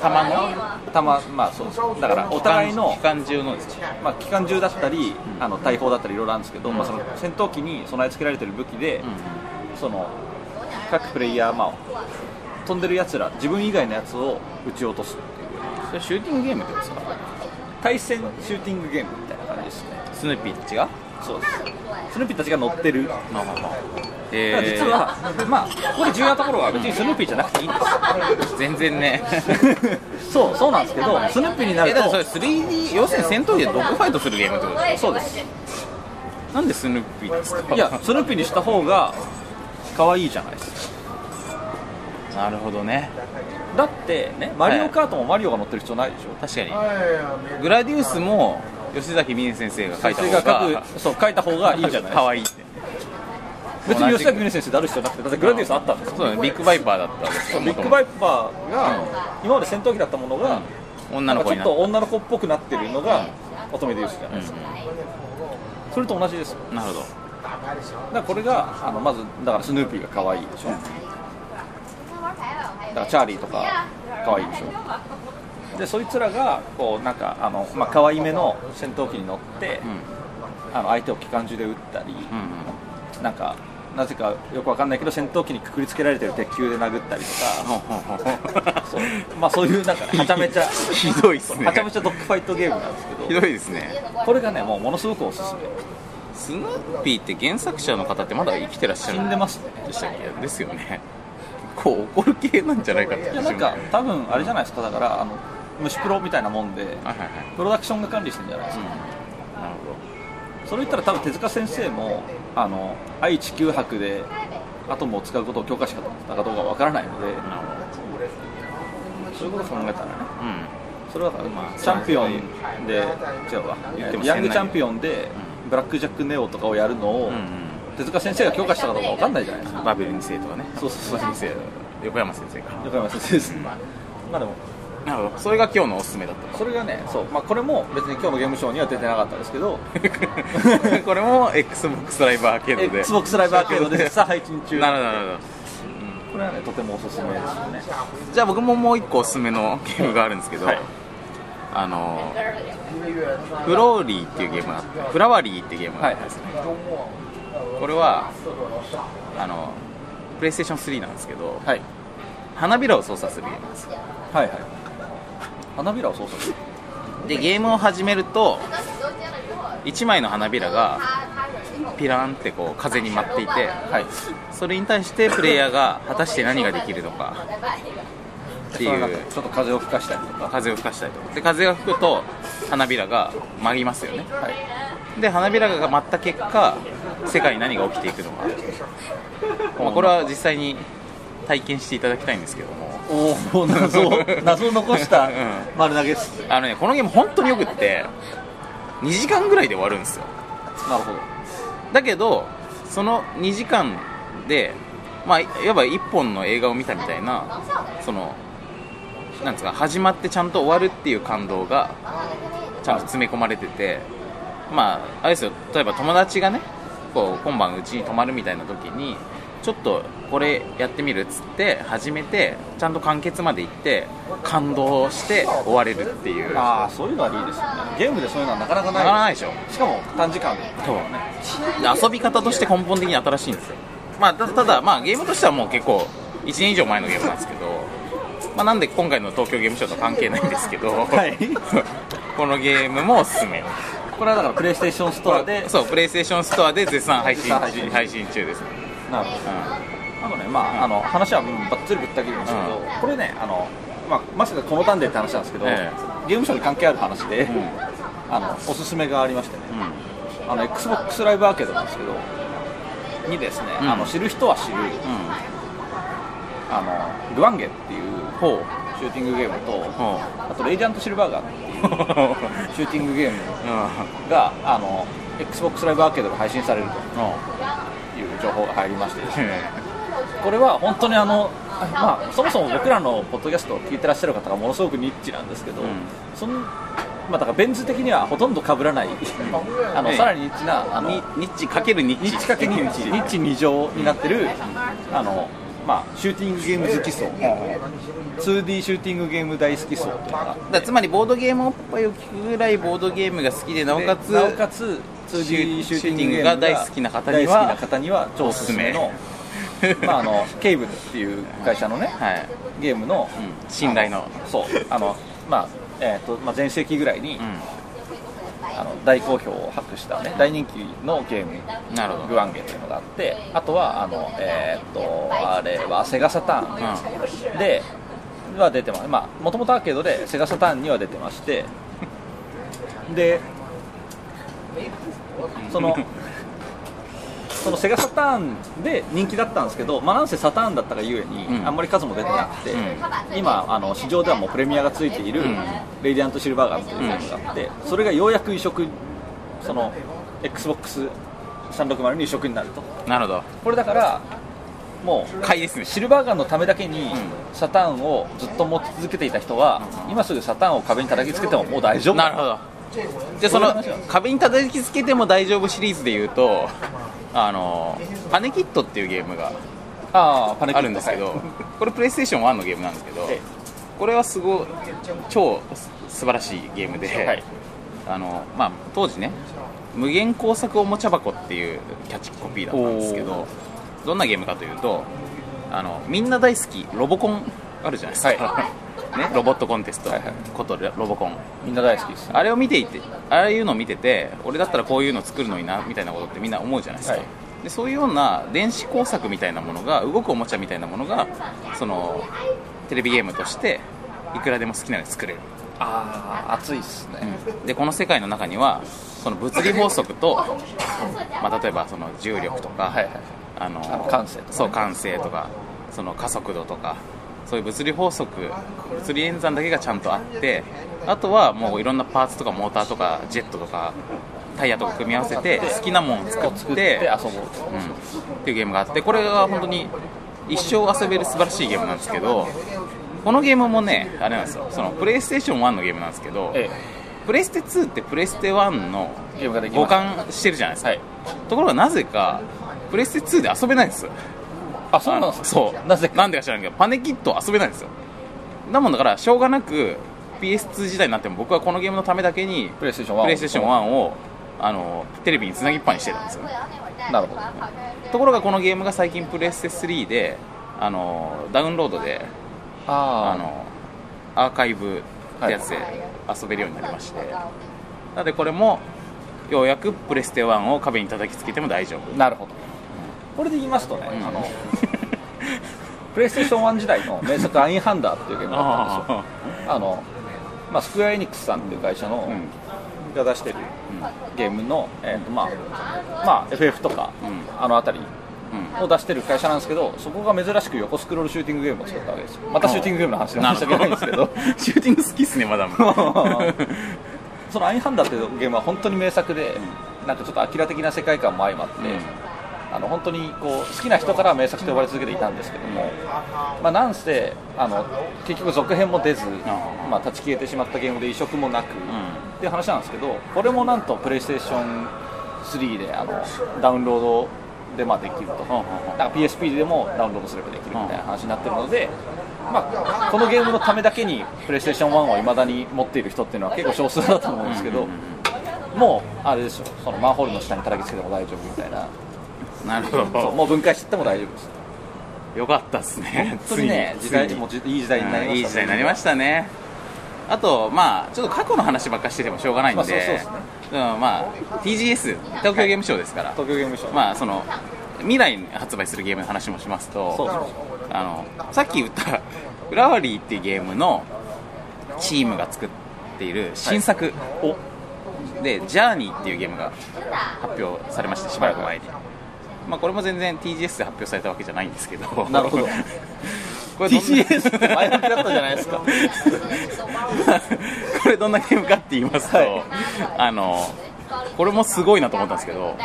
Speaker 2: 弾の
Speaker 3: たままあそうそうだからお互いの
Speaker 2: 機、関銃のですね
Speaker 3: まあ、機関銃だったりあの大砲だったりいろいろあるんですけど、まあ、その戦闘機に備え付けられてる武器で、その各プレイヤー、まあ、飛んでるやつら自分以外のやつを撃ち落とすっていう
Speaker 2: それシューティングゲームってことですか
Speaker 3: 対戦シューティングゲームみたいな感じですね
Speaker 2: スヌーピーたちが
Speaker 3: そうですスヌーピーたちが乗ってる
Speaker 2: まあまあまあ
Speaker 3: だから
Speaker 2: え
Speaker 3: 実は、まあ、ここで重要なところは別にスヌーピーじゃなくていいんで
Speaker 2: ー、全然
Speaker 3: *laughs*
Speaker 2: ね
Speaker 3: す、そうそうなんですけど、スヌーピーにな
Speaker 2: え
Speaker 3: る
Speaker 2: だか
Speaker 3: と、
Speaker 2: らそれ 3D 要するに戦闘機でドッグファイトするゲームってことでし
Speaker 3: そうです、
Speaker 2: ょなんでスヌーピーですか
Speaker 3: いや、スヌーピーにした方が可愛いじゃないですか、
Speaker 2: なるほどね
Speaker 3: だってね、マリオカートもマリオが乗ってる必要ないでしょ、
Speaker 2: 確かにグラディウスも吉崎美音先生が書いた
Speaker 3: それ
Speaker 2: 方
Speaker 3: が
Speaker 2: が
Speaker 3: 描くそう書いた方がいいじゃないです
Speaker 2: 可
Speaker 3: か、
Speaker 2: 愛いって
Speaker 3: 別に吉田美先生である必要なくて、だってグラディウスあったんですよ、
Speaker 2: そうだねビッグバイパーだったんですよ
Speaker 3: ビッグ
Speaker 2: イ
Speaker 3: バイパーが、今まで戦闘機だったものが、
Speaker 2: 女の
Speaker 3: なんか
Speaker 2: 子になっ
Speaker 3: ちょっ
Speaker 2: た
Speaker 3: と女の子っぽくなってるのが、乙女デュースじゃないですか、それと同じですよ。
Speaker 2: うんなるほど
Speaker 3: だからこれがあのまずだからスヌーピーが可愛いでしょだからチャーリーとか可愛いでしょでそいつらがこうなんかあの、まあ可愛いめの戦闘機に乗って、
Speaker 2: うん
Speaker 3: あの相手を機関銃で撃ったり、
Speaker 2: うんうん
Speaker 3: なんかなぜかよくわかんないけど戦闘機にくくりつけられてる鉄球で殴ったりと
Speaker 2: ほうほうほうほ
Speaker 3: かそうまあそういうなんかねはちゃめちゃ
Speaker 2: うひどいっすね
Speaker 3: はちゃめちゃドッグファイトゲームなんですけ
Speaker 2: ひ
Speaker 3: ど
Speaker 2: どいですね
Speaker 3: これがねもうものすごくおすすめ
Speaker 2: スヌーピーって原作者の方ってまだ生きてらっしゃる
Speaker 3: 死んでますね
Speaker 2: でしたっけですよね構怒る系なんじゃないかって
Speaker 3: いやなんか多分あれじゃないですかだからあの虫プロみたいなもんで
Speaker 2: はいはいはい
Speaker 3: プロダクションが管理してるんじゃないです
Speaker 2: うん
Speaker 3: か、
Speaker 2: なる
Speaker 3: それ言ったら多分手塚先生もあの愛・地球博でアトムを使うことを許可しかったかどうかわからないので
Speaker 2: ほどなるほ
Speaker 3: そういうこと考えたらね
Speaker 2: どうん
Speaker 3: それはだからチャンピオンで違うわ
Speaker 2: 言っても
Speaker 3: ヤングチャンピオンでブラック・ジャック・ネオとかをやるのを、
Speaker 2: うん
Speaker 3: 手塚先生が許可したかどうかわかんないじゃないです
Speaker 2: う
Speaker 3: か
Speaker 2: んバビル2世とかね
Speaker 3: そうそうそう
Speaker 2: バビル二世横山先生か
Speaker 3: 横山先生ですまあでも
Speaker 2: なるほどそれが今日のおすすめだっ
Speaker 3: *laughs*
Speaker 2: た
Speaker 3: それがねそう、まあ、これも別に今日のゲームショーには出てなかったです
Speaker 2: *laughs*
Speaker 3: けど
Speaker 2: これも XBOX ライブアーケードで
Speaker 3: XBOX ライブアーケードで
Speaker 2: *laughs* な
Speaker 3: 絶賛配信中
Speaker 2: るほどなるほ
Speaker 3: これはねとてもおすすめですよね
Speaker 2: どじゃあ僕ももう一個おすすめのゲームがあるんですけど、
Speaker 3: はい
Speaker 2: あのフローリーっていうゲームがあってフラワリーっていうゲームがあってですね、これはあのプレイステーション3なんですけど、
Speaker 3: はい
Speaker 2: 花びらを操作するゲームなんですよ
Speaker 3: はいはい花びらを操作する
Speaker 2: でゲームを始めると1枚の花びらがピランってこう風に舞っていて、それに対してプレイヤーが果たして何ができるのかって
Speaker 3: それ
Speaker 2: い
Speaker 3: はなん
Speaker 2: う
Speaker 3: かちょっと風を吹かしたりとか
Speaker 2: 風を吹かしたりとかで風が吹くと花びらが舞いますよね、で花びらが舞った結果世界に何が起きていくのか、まあ、これは実際に体験していただきたいんですけども
Speaker 3: おお謎を *laughs* 謎を残した丸投げです、
Speaker 2: あのねこのゲーム本当によくって2時間ぐらいで終わるんですよ
Speaker 3: なるほど
Speaker 2: だけどその2時間でまあいわば1本の映画を見たみたいなそのなんですか始まってちゃんと終わるっていう感動がちゃんと詰め込まれててまああれですよ例えば友達がねこう今晩うちに泊まるみたいな時にちょっとこれやってみるっつって始めてちゃんと完結まで行って感動して終われるっていうな
Speaker 3: ああそういうのはいいですよねゲームでそういうのはなかなか
Speaker 2: かなか
Speaker 3: な
Speaker 2: ないいでしょ
Speaker 3: しかも短時間で
Speaker 2: そうね、遊び方として根本的に新しいんですよ、まあ、たただ、まあ、ゲームとしてはもう結構1年以上前のゲームなんですけど、まあ、なんで今回の東京ゲームショウとは関係ないんですけど、
Speaker 3: はい
Speaker 2: *laughs* このゲームもおすすめ
Speaker 3: これはだからプレイステーションストアで
Speaker 2: そうプレイステーションストアで絶賛配信
Speaker 3: 絶賛配信
Speaker 2: 配信中です、う
Speaker 3: なるほどあのね、まあ、あの話はうんばっつりぶった切るんですけど、
Speaker 2: う
Speaker 3: これね、あのまあ、まさかこの端でって話なんですけど、
Speaker 2: え
Speaker 3: ゲームショーに関係ある話で、
Speaker 2: ん
Speaker 3: あのおすすめがありましてね、
Speaker 2: んうん
Speaker 3: あの XBOX ライブアーケードなんですけど、にですね、
Speaker 2: うん
Speaker 3: あの知る人は知る、あのグワンゲっていう
Speaker 2: ほう
Speaker 3: シューティングゲームと、
Speaker 2: ほう
Speaker 3: あとレイジャントシルバーガーっていうシューティングゲーム
Speaker 2: う
Speaker 3: が、あの XBOX ライブアーケードが配信される
Speaker 2: んうん
Speaker 3: という情報が入りましてですねこれは本当にあの、まあ、そもそも僕らのポッドキャストを聞いてらっしゃる方がものすごくニッチなんですけど、
Speaker 2: うん
Speaker 3: そのまあ、だからベン図的にはほとんど被らない、あの
Speaker 2: ええ
Speaker 3: さらにニッチな、あの
Speaker 2: にニッチかけるニッチ
Speaker 3: ニッチかけニッ
Speaker 2: *laughs*
Speaker 3: チ、ニッチ2乗になってる、あのまあ、シューティングゲーム好き層、2D シューティングゲーム大好き層というのが、
Speaker 2: だからつまりボードゲームおっぱいを聞くぐらいボードゲームが好きでなおかつ
Speaker 3: な
Speaker 2: *laughs*
Speaker 3: おかつ 2D シューティングゲームが
Speaker 2: 大好きな方には
Speaker 3: 大好きな方には超おすすめの、まあ、あのケイブルっていう会社のね、
Speaker 2: はい
Speaker 3: ゲームの、
Speaker 2: うん信頼の
Speaker 3: あそうあのまあえーとまあ、前世紀ぐらいに、
Speaker 2: う
Speaker 3: あの大好評を博した、ね、大人気のゲーム
Speaker 2: んなるほど
Speaker 3: グワンゲっていうのがあってあとはあの、えー、とあれはセガサターン、では出てますまあもともとアーケードでセガサターンには出てましてでそのそのセガサターンで人気だったんですけど、まあ、なんせサターンだったがゆえに、
Speaker 2: うん
Speaker 3: あんまり数も出てなくて、
Speaker 2: うん
Speaker 3: 今あの市場ではもうプレミアがついている、
Speaker 2: うん
Speaker 3: レイディアントシルバーガーみたいなやつがあって、それがようやく移植その XBOX360 に移植になると
Speaker 2: なるほど
Speaker 3: これだからも
Speaker 2: 買いですね
Speaker 3: うシルバーガンのためだけに
Speaker 2: ん
Speaker 3: サターンをずっと持ち続けていた人は、今すぐサターンを壁に叩きつけてももう大丈夫
Speaker 2: なるほどじゃあそ
Speaker 3: そういう
Speaker 2: の
Speaker 3: 話なんです
Speaker 2: 壁に叩きつけても大丈夫シリーズで言うとあのパネキットっていうゲームが
Speaker 3: ああパネキッ
Speaker 2: あ
Speaker 3: ト
Speaker 2: るんですけど、
Speaker 3: はい
Speaker 2: これプレイステーション1のゲームなんですけど
Speaker 3: ええ
Speaker 2: これはすごい超素晴らしいゲームで、
Speaker 3: はい
Speaker 2: あのまあ、当時ね無限工作おもちゃ箱っていうキャッチコピーだったんですけどどんなゲームかというとあのみんな大好きロボコンあるじゃないですか、
Speaker 3: は
Speaker 2: *laughs* ね、ロボットコンテスト
Speaker 3: はいはい
Speaker 2: ことロボコン、
Speaker 3: みんな大好きです
Speaker 2: あれを見ていてああいうのを見てて俺だったらこういうの作るのになみたいなことってみんな思うじゃないですか、
Speaker 3: はい
Speaker 2: でそういうような電子工作みたいなものが動くおもちゃみたいなものがそのテレビゲームとしていくらでも好きなので作れる、
Speaker 3: ああ熱いっすね、
Speaker 2: うんでこの世界の中にはその物理法則と、まあ、例えばその重力とか、
Speaker 3: はいはい
Speaker 2: あの
Speaker 3: あの感性とかね
Speaker 2: そう感性とかその加速度とかそういう物理法則物理演算だけがちゃんとあってあとはもういろんなパーツとかモーターとかジェットとかタイヤとか組み合わせて好きなもんを作って
Speaker 3: 作って遊ぼうと
Speaker 2: うん、っていうゲームがあってこれが本当に一生遊べる素晴らしいゲームなんですけどこのゲームもねあれなんですよそのプレイステーション1のゲームなんですけど、
Speaker 3: え
Speaker 2: プレステ2ってプレステ1の
Speaker 3: えゲームができ
Speaker 2: 互
Speaker 3: ます
Speaker 2: 換してるじゃないですか、ところがなぜかプレステ2で遊べないんですよ
Speaker 3: あそうなんですか
Speaker 2: そう
Speaker 3: なぜか
Speaker 2: なんでか知らんけどパネキット遊べないんですよなもんだからしょうがなく PS2 時代になっても僕はこのゲームのためだけに
Speaker 3: プレイステーション1
Speaker 2: プレイステーション1をあのテレビにつなぎっぱにしてたんですよね
Speaker 3: なるほど
Speaker 2: ところがこのゲームが最近プレステ3であのダウンロードで
Speaker 3: あ
Speaker 2: あ
Speaker 3: あの
Speaker 2: のアーカイブってやつで遊べるようになりまして、なのでこれもようやくプレステ1を壁に叩きつけても大丈夫
Speaker 3: なるほどこれで言いますとね、
Speaker 2: ん
Speaker 3: あのプレイステーション1時代の名作「アインハンダー」っていうゲームがあったんですよ
Speaker 2: あ
Speaker 3: *laughs* あの、まあ、スクエア・エニックスさんっていう会社の、
Speaker 2: あうん
Speaker 3: が出してるゲームの、えーとまあまあ、FF とか、
Speaker 2: うん
Speaker 3: あの辺り
Speaker 2: う
Speaker 3: を出してる会社なんですけどそこが珍しく横スクロールシューティングゲームを作ったわけですよまたシューティングゲームの話
Speaker 2: ん
Speaker 3: の
Speaker 2: な
Speaker 3: 話
Speaker 2: る
Speaker 3: じ
Speaker 2: ほ
Speaker 3: ゃないん
Speaker 2: ど
Speaker 3: ですけど
Speaker 2: *laughs* シューティング好きっすねまだも *laughs*
Speaker 3: *laughs* その「アインハンダー」っていうゲームは本当に名作で、なんかちょっとアキラ的な世界観も相まって、あの本当にこう好きな人からは名作と呼ばれ続けていたんですけども、まあ、なんせあの結局続編も出ず、
Speaker 2: あ
Speaker 3: まあ、立ち消えてしまったゲームで移植もなく、っていう話なんですけどこれもなんとプレイステーション3であのダウンロードでまあできると、なんか PSP でもダウンロードすればできるみたいな話になってるので、まあ、このゲームのためだけにプレイステーション1をいまだに持っている人っていうのは結構少数だと思うんですけど、もうあれですよそのマンホールの下に叩きつけても大丈夫みたいな
Speaker 2: なるほ
Speaker 3: そう
Speaker 2: ど
Speaker 3: もう分解してっても大丈夫です
Speaker 2: よかったっすね
Speaker 3: 本当にね時代もうじいい時代になりま
Speaker 2: うん
Speaker 3: したね
Speaker 2: いい時代になりましたねあとまあちょっと過去の話ばっかりしててもしょうがないんで、
Speaker 3: まあそうそうですね
Speaker 2: うんまあ TGS 東京ゲームショウですから、
Speaker 3: 東京ゲームショウ、
Speaker 2: まあその未来に発売するゲームの話もしますと
Speaker 3: そうそうそう
Speaker 2: あのさっき言った「フラワリー」っていうゲームのチームが作っている新作を、で「ジャーニー」っていうゲームが発表されましてしばらく前に、まあ、これも全然 TGS で発表されたわけじゃ *laughs* ないんですけど
Speaker 3: なるほど
Speaker 2: これどんな
Speaker 3: TCS って前向きだったじゃないですか
Speaker 2: これどんなゲームかって言いますと、
Speaker 3: はい
Speaker 2: あのこれもすごいなと思ったんですけど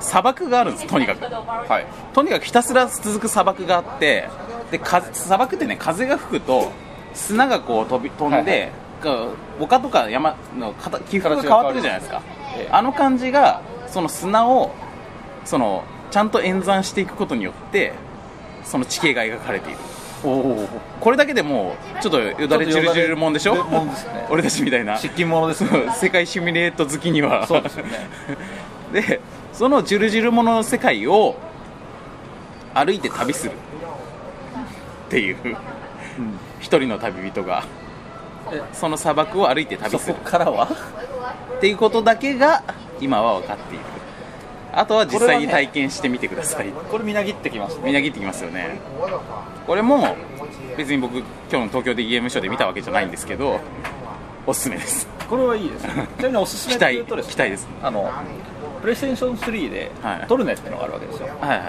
Speaker 2: 砂漠があるんですとにかく
Speaker 3: はい
Speaker 2: とにかくひたすら続く砂漠があってで風砂漠ってね風が吹くと砂がこう飛び飛ん
Speaker 3: はい
Speaker 2: で、こう丘とか山の形起伏が変わってるじゃないですか
Speaker 3: ええ
Speaker 2: あの感じがその砂をそのちゃんと演算していくことによってその地形が描かれている
Speaker 3: おお
Speaker 2: これだけでもうちょっとよだれジュルジュルもんでしょ
Speaker 3: ちょっとよだれもんですね
Speaker 2: 俺たちみたいな
Speaker 3: 漆器物ですね
Speaker 2: 世界シミュレート好きには
Speaker 3: そうですよね
Speaker 2: でそのジュルジュルものの世界を歩いて旅するっていう、一人の旅人が
Speaker 3: え
Speaker 2: その砂漠を歩いて旅
Speaker 3: *laughs* そ
Speaker 2: する
Speaker 3: こからは
Speaker 2: っていうことだけが今は分かっているあとは実際に体験してみてください
Speaker 3: これみなぎってきますね
Speaker 2: みなぎってきますよねこれも別に僕今日の東京でゲームショーで見たわけじゃないんですけどおすすめです
Speaker 3: これはいいですねちなみにおすすめ
Speaker 2: 期
Speaker 3: って
Speaker 2: 待
Speaker 3: いうとです
Speaker 2: *laughs* 期
Speaker 3: ね
Speaker 2: 待です
Speaker 3: あのプレイステーション3で、
Speaker 2: はい
Speaker 3: トルネっていうのがあるわけですよ
Speaker 2: はいはい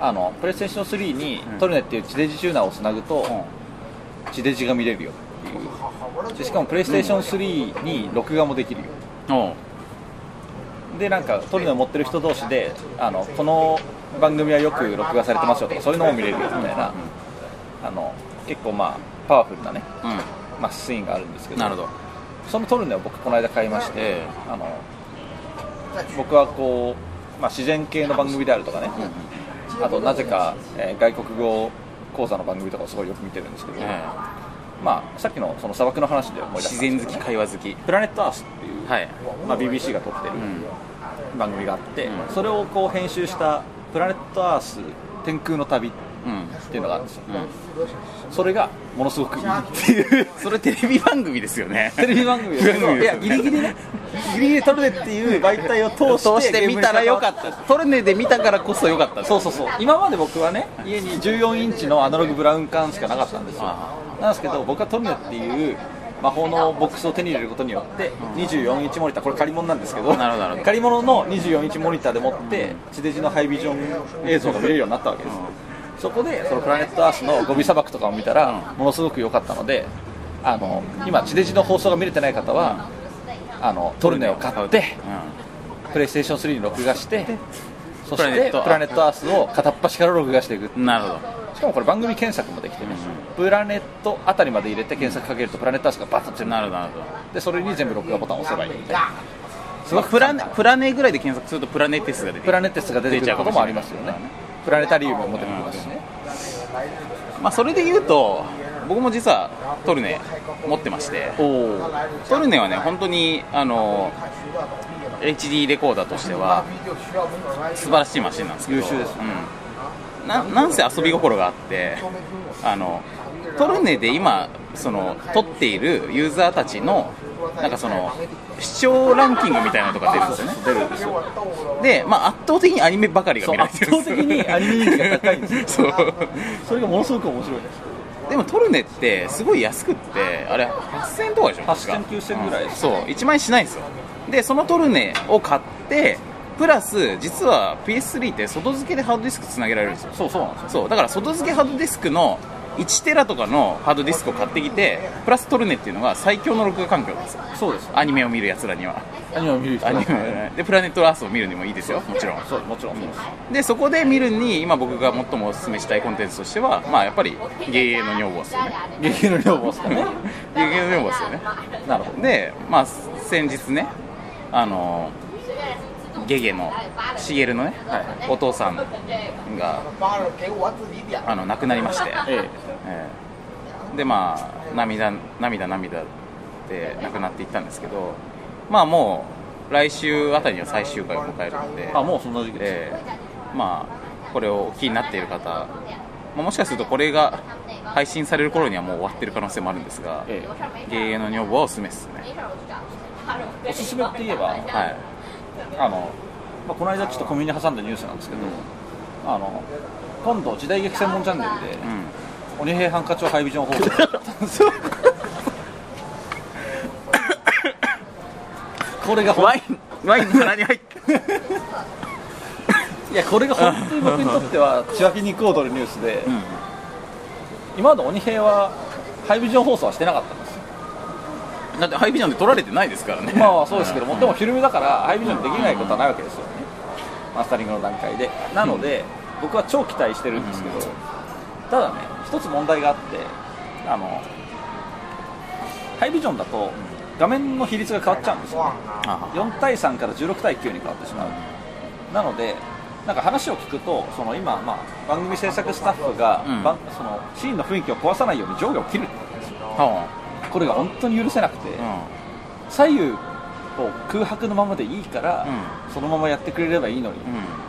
Speaker 3: あのプレイステーション3に、
Speaker 2: ん
Speaker 3: トルネっていう地デジチューナーをつなぐと、地デジが見れるよっていうでしかもプレイステーション3に録画もできるよ
Speaker 2: おう
Speaker 3: でなんかトルネを持ってる人同士であのこの番組はよく録画されてますよとかそういうのも見れるよみたいな、あの結構まあパワフルなね、
Speaker 2: う
Speaker 3: まあ、シーンがあるんですけ
Speaker 2: ん
Speaker 3: ど
Speaker 2: なるほど
Speaker 3: そのトルネを僕この間買いまして、
Speaker 2: え
Speaker 3: あの僕はこう、まあ、自然系の番組であるとかね、あとなぜか、えー外国語講座の番組とかをすごいよく見てるんですけど、
Speaker 2: え
Speaker 3: まあ、さっきのその砂漠の話で思
Speaker 2: え
Speaker 3: い出し
Speaker 2: 自
Speaker 3: たん
Speaker 2: 然
Speaker 3: です
Speaker 2: 好
Speaker 3: け
Speaker 2: き
Speaker 3: ど、ね、
Speaker 2: 会話好き
Speaker 3: プラネットアースっていう、
Speaker 2: はい
Speaker 3: まあ、BBC が撮ってる
Speaker 2: うん
Speaker 3: 番組があって、
Speaker 2: うん
Speaker 3: それをこう編集した「プラネットアース天空の旅」っ
Speaker 2: うん
Speaker 3: っていうのがあるんですよ
Speaker 2: うん
Speaker 3: それがものすごくいい
Speaker 2: っていうそれテレビ番組ですよね
Speaker 3: テレビ番組ですけどいやギリギリねギリギリ撮るでっていう媒体を
Speaker 2: *laughs* 通
Speaker 3: 通して
Speaker 2: して見たらよかっ
Speaker 3: ゲームに関わ
Speaker 2: たトルネで見たからこそよかった
Speaker 3: そうそうそう今まで僕はね家に14インチのアナログブラウン管しかなかったんですよ
Speaker 2: あ
Speaker 3: なんですけど僕はトルネっていう魔法のボックスを手に入れることによって24インチモニターこれ借り物なんですけど
Speaker 2: なるほどなるほど
Speaker 3: 借り物の24インチモニターでもって地デジのハイビジョン映像が見れるようになったわけです、そこでそのプラネットアースのゴビ砂漠とかを見たらものすごく良かったのであの今地デジの放送が見れてない方はあのトルネを買って
Speaker 2: う
Speaker 3: プレイステーション3に録画してそして
Speaker 2: プラネットアース
Speaker 3: プラネットアースを片っ端から録画していく
Speaker 2: んなるほど
Speaker 3: しかもこれ番組検索もできてね、プラネットあたりまで入れて検索かけるとプラネットアースがバッと出て
Speaker 2: なるほどなるほど
Speaker 3: でそれに全部録画ボタンを押せばいいみたいなす
Speaker 2: ま
Speaker 3: ご
Speaker 2: あ
Speaker 3: く
Speaker 2: プラ
Speaker 3: 簡
Speaker 2: ネ
Speaker 3: 単
Speaker 2: プラネぐらいで検索するとプラネテスが出てくる
Speaker 3: プラネットアースが出てくることもありますよねプラネタリウムも出てきますしね、
Speaker 2: まあ、それで言うと僕も実はトルネ持ってまして
Speaker 3: おおー
Speaker 2: トルネはね本当にあの HD レコーダーとしては素晴らしいマシンなんですけど
Speaker 3: 優秀ですね
Speaker 2: うん、ななんせ遊び心があってあのトルネで今その撮っているユーザーたちのなんかその視聴ランキングみたいなのとか出るんですよね
Speaker 3: 出るんですよ
Speaker 2: で、まあ、圧倒的にアニメばかりが見られてる
Speaker 3: そう圧倒的にアニメ人気が高いんです
Speaker 2: *laughs*
Speaker 3: よ
Speaker 2: そう
Speaker 3: それがものすごく面白いです
Speaker 2: でもトルネってすごい安くってあれ8000円とかでしょ確か
Speaker 3: 8000 9000ぐらいです
Speaker 2: そう1万円しないんですよでそのトルネを買ってプラス実は PS3 って外付けでハードディスクつなげられるんですよ
Speaker 3: そうそうなんですよ
Speaker 2: そうだから外付けハードディスクの1テラとかのハードディスクを買ってきてプラストルネっていうのが最強の録画環境なんですよ
Speaker 3: そうです
Speaker 2: アニメを見るやつらには
Speaker 3: アニメを見る人
Speaker 2: ア
Speaker 3: は
Speaker 2: ニメでプラネットアースを見るにもいいですよもちろん
Speaker 3: そうもちろんそうです
Speaker 2: でそこで見るに今僕が最もお勧めしたいコンテンツとしてはまあやっぱり芸影の女房ですよね
Speaker 3: 劇の量もですか *laughs* ね
Speaker 2: 芸影の女房ですよね
Speaker 3: なるほど
Speaker 2: でまあ先日ねあのゲゲのシゲルのね、
Speaker 3: はい
Speaker 2: お父さんがあの亡くなりまして、
Speaker 3: え
Speaker 2: ええでまあ涙涙涙って亡くなっていったんですけどまあもう来週あたりには最終回を迎えるので
Speaker 3: えあもうそんな時期です
Speaker 2: ええまあこれをお聞きになっている方、まあもしかするとこれが配信される頃にはもう終わってる可能性もあるんですが、
Speaker 3: え
Speaker 2: 芸影の女房はおすすめですね
Speaker 3: えおすすめって言えば、
Speaker 2: はい
Speaker 3: あのまあ、この間ちょっと小耳に挟んだニュースなんですけど、あの今度時代劇専門チャンネルで
Speaker 2: うん
Speaker 3: 「鬼平犯科帳ハイビジョン放送」これがほん
Speaker 2: ワイン、ワイン皿に入って。
Speaker 3: いやこれが本当に僕にとっては血湧き肉を取るニュースで、
Speaker 2: ん
Speaker 3: 今まで鬼平はハイビジョン放送はしてなかったんですよ
Speaker 2: *laughs* だってハイビジョンで取られてないですからね。
Speaker 3: 今はそうですけども、
Speaker 2: うん
Speaker 3: でもフィルムだからハイビジョンできないことはないわけですよねマスタリングの段階でなので、僕は超期待してるんですけど、
Speaker 2: うん
Speaker 3: ただね一つ問題があってあのハイビジョンだと画面の比率が変わっちゃうんですよ、ね、
Speaker 2: あ
Speaker 3: 4対3から16対9に変わってしまうなのでなんか話を聞くとその今、まあ、番組制作スタッフが、
Speaker 2: うん
Speaker 3: ばそのシーンの雰囲気を壊さないように上下を切る
Speaker 2: は
Speaker 3: これが本当に許せなくて、
Speaker 2: あ
Speaker 3: 左右を空白のままでいいから、そのままやってくれればいいのに、
Speaker 2: うん。
Speaker 3: っ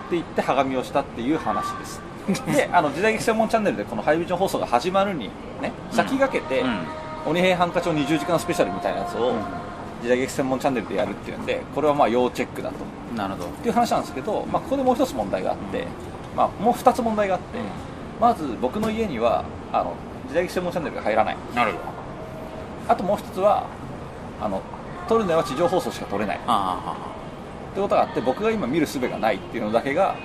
Speaker 3: て
Speaker 2: うん。
Speaker 3: 言ってハガミをしたっていう話です
Speaker 2: *laughs*
Speaker 3: であの時代劇専門チャンネルでこのハイビジョン放送が始まるに、ね、先駆けて、
Speaker 2: うん
Speaker 3: 鬼平犯科帳20時間スペシャルみたいなやつを、
Speaker 2: うん
Speaker 3: 時代劇専門チャンネルでやるっていうんでこれはまあ要チェックだと
Speaker 2: なるほど。
Speaker 3: っていう話なんですけど、まあ、ここでもう一つ問題があって、まあ、もう二つ問題があって、まず僕の家にはあの時代劇専門チャンネルが入らない
Speaker 2: なるほど。
Speaker 3: あともう一つはあの撮るのは地上放送しか撮れないって
Speaker 2: あ
Speaker 3: ことがあって僕が今見る術がないっていうのだけが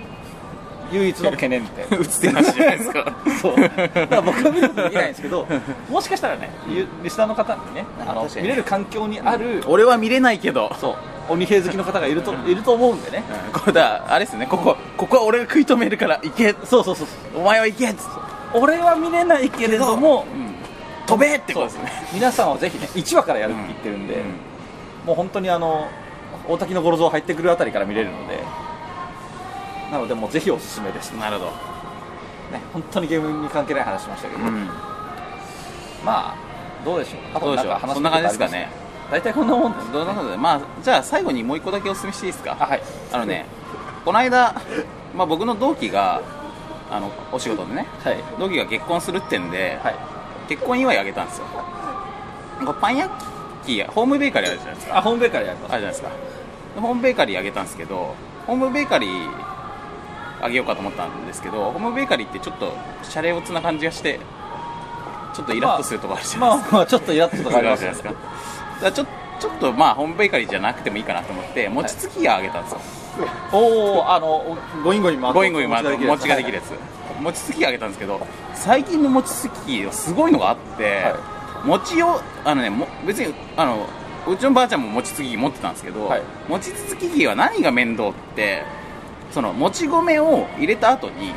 Speaker 3: 唯一の懸念点
Speaker 2: あ。映ってなしじゃないです *laughs* か。
Speaker 3: *laughs* そうだから僕は見ることできないんです *laughs* けどもしかしたらねゆリスナーの方にねあの
Speaker 2: 確かに
Speaker 3: 見れる環境にある、
Speaker 2: 俺は見れないけど。
Speaker 3: そう鬼平好きの方がいるといると思うんでね、
Speaker 2: うんこれだ、あれですね、ここ、ここは俺が食い止めるから、行け。
Speaker 3: そうそうそうそう
Speaker 2: お前は行けっつって
Speaker 3: 俺は見れないけれど
Speaker 2: う
Speaker 3: も、
Speaker 2: ん飛べってことですね。
Speaker 3: 皆さんはぜひね1話からやるって言ってるんで、
Speaker 2: うん
Speaker 3: もう本当にあの大滝の五郎蔵入ってくるあたりから見れるのでなのでもうぜひおすすめです、ね、
Speaker 2: なるほど。
Speaker 3: 本当にゲームに関係ない話しましたけど、
Speaker 2: うん。
Speaker 3: まあどうでしょうあ
Speaker 2: どうでしょう
Speaker 3: なんか話
Speaker 2: そんな感じですかね
Speaker 3: すことあります大体こんなもんです
Speaker 2: どんなことで、まあ、じゃあ最後にもう一個だけお勧めしていいですか。
Speaker 3: あはい
Speaker 2: あのね、この間、まあ、僕の同期が、あのお仕事でね
Speaker 3: はい
Speaker 2: 同期が結婚するってんで、
Speaker 3: はい
Speaker 2: 結婚祝いあげたんですよなんかパン焼きホームベーカリーあるじゃないですか
Speaker 3: あホームベーカリーあります
Speaker 2: あるじゃないですかホームベーカリーあげたんですけどホームベーカリーあげようかと思ったんですけどホームベーカリーってちょっとシャレオツな感じがしてちょっとイラッとするとこあるじゃない
Speaker 3: ま
Speaker 2: で
Speaker 3: あ
Speaker 2: すか、
Speaker 3: まあちょっとイラッととかあります
Speaker 2: じゃないですか
Speaker 3: ね
Speaker 2: だからちょちょっとまあホームベーカリーじゃなくてもいいかなと思って餅つきがあげたんですよ、
Speaker 3: おおあのゴインゴイン回って
Speaker 2: ゴインゴイン回って餅ができるや
Speaker 3: つ
Speaker 2: つ餅つきあげたんですけど最近の餅つきはすごいのがあって、
Speaker 3: はい
Speaker 2: 餅をあのねも別にあのうちのばあちゃんも餅つき器持ってたんですけど、
Speaker 3: はい
Speaker 2: 餅つき器は何が面倒ってそのもち米を入れた後に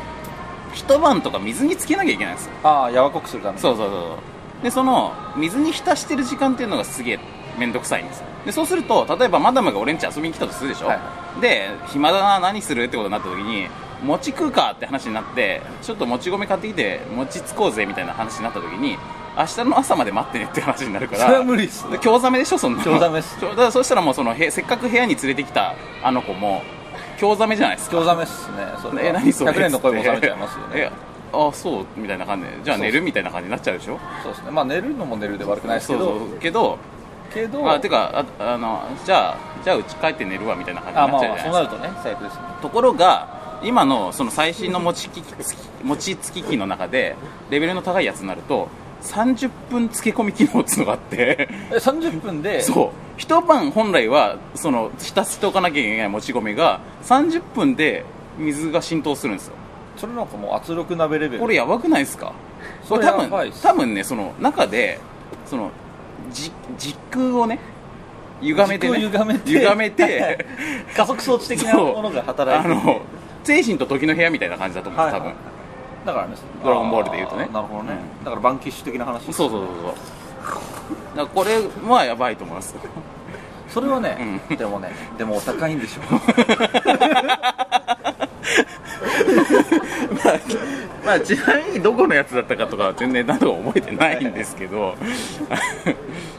Speaker 2: 一晩とか水につけなきゃいけないんですよ
Speaker 3: ああやわこくするために
Speaker 2: そうそうそうそうでその水に浸してる時間っていうのがすげえ面倒くさいんですよでそうすると例えばマダムが俺ん家遊びに来たとするでしょ、
Speaker 3: はい
Speaker 2: で暇だな何するってことになった時に餅食うかって話になってちょっともち米買ってきて餅つこうぜみたいな話になった時に明日の朝まで待ってねって話になるから
Speaker 3: それは無理っすね
Speaker 2: で興ざめでしょそんなの
Speaker 3: 興ざめっす
Speaker 2: ちょだからそしたらもうそのへせっかく部屋に連れてきたあの子も興ざめじゃないですか
Speaker 3: 興ざめっすねそれ
Speaker 2: え何それ
Speaker 3: *laughs* 100年の恋も冷めちゃいますよ
Speaker 2: え
Speaker 3: ね
Speaker 2: あそうみたいな感じでじゃあ寝
Speaker 3: そう
Speaker 2: るみたいな感じになっちゃうでしょ
Speaker 3: そうですねまあ寝るのも寝るで悪くないですけ
Speaker 2: そう
Speaker 3: ど
Speaker 2: そうけど
Speaker 3: けど
Speaker 2: あてかああのじゃあじゃあうち帰って寝るわみたいな感じ
Speaker 3: あ
Speaker 2: にな
Speaker 3: ま
Speaker 2: っ
Speaker 3: あ
Speaker 2: ちゃ
Speaker 3: ま
Speaker 2: う
Speaker 3: あ
Speaker 2: じ
Speaker 3: そ
Speaker 2: ゃ
Speaker 3: う
Speaker 2: な
Speaker 3: な
Speaker 2: ですか
Speaker 3: いるとね最悪ですね
Speaker 2: ところが今のその最新の餅機餅つき機の中でレベルの高いやつになると30分漬け込み機能っていうのがあって
Speaker 3: え30分で
Speaker 2: そう一晩本来はその浸しておかなきゃいけないもち米が30分で水が浸透するんですよ
Speaker 3: それなんかもう圧力鍋レベル
Speaker 2: これやばくないです *laughs* か
Speaker 3: そ
Speaker 2: これ
Speaker 3: れ
Speaker 2: 多
Speaker 3: やばい
Speaker 2: 分
Speaker 3: っす
Speaker 2: 多分ねその中でそのじ時空をね歪めて、ね、
Speaker 3: 軸を歪めて
Speaker 2: 歪め *laughs* て
Speaker 3: 加速装置的なものが働い
Speaker 2: あ
Speaker 3: てる
Speaker 2: の精神と時の部屋みたいな感じだと思うんです多分、
Speaker 3: はいだからね
Speaker 2: ドラゴンボールで言うとね
Speaker 3: あーなるほどね、だからバンキッシュ的な話
Speaker 2: そうそうそうそうだからこれはやばいと思います
Speaker 3: それはね、でもねでもお高いん
Speaker 2: *laughs*
Speaker 3: でしょ
Speaker 2: *laughs* まあちなみにどこのやつだったかとかは全然何とか覚えてないんですけ *laughs* ど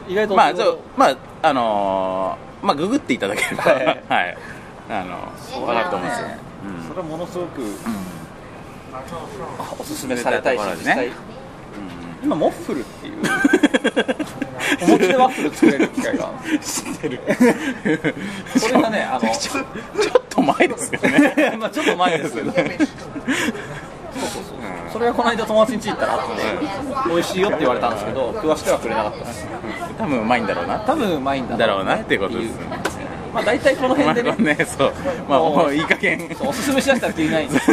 Speaker 3: 意外と
Speaker 2: まあちょまああのーまあググっていただければ
Speaker 3: はい
Speaker 2: *laughs* はい、あの分かると思うんですよ、
Speaker 3: ねそれはものすごく、あおすすめ
Speaker 2: さ
Speaker 3: さ
Speaker 2: れ
Speaker 3: れ
Speaker 2: た
Speaker 3: た
Speaker 2: い
Speaker 3: い
Speaker 2: し
Speaker 3: し、
Speaker 2: 実
Speaker 3: 実
Speaker 2: 際
Speaker 3: 際今モッフルっていうお餅でワッフル作れる機械
Speaker 2: *laughs*
Speaker 3: があるんです
Speaker 2: 知ってる
Speaker 3: それがねあ
Speaker 2: *laughs* ち
Speaker 3: の
Speaker 2: ょちょっと前ですよね
Speaker 3: まあちょっと前ですけどそうそうそうそれがこの間友達ん家行ったら後で美味しいよって言われたんですけど食わしてはくれなかったです
Speaker 2: *laughs* 多分うまいんだろうな
Speaker 3: 多分うまいんだ
Speaker 2: だろうなっていうことですね
Speaker 3: まあ大体この
Speaker 2: *laughs* まあ
Speaker 3: 辺でね
Speaker 2: ねそうまあ
Speaker 3: もう
Speaker 2: もういい加減
Speaker 3: そうおすすめしだしたらき
Speaker 2: *laughs*
Speaker 3: りないんです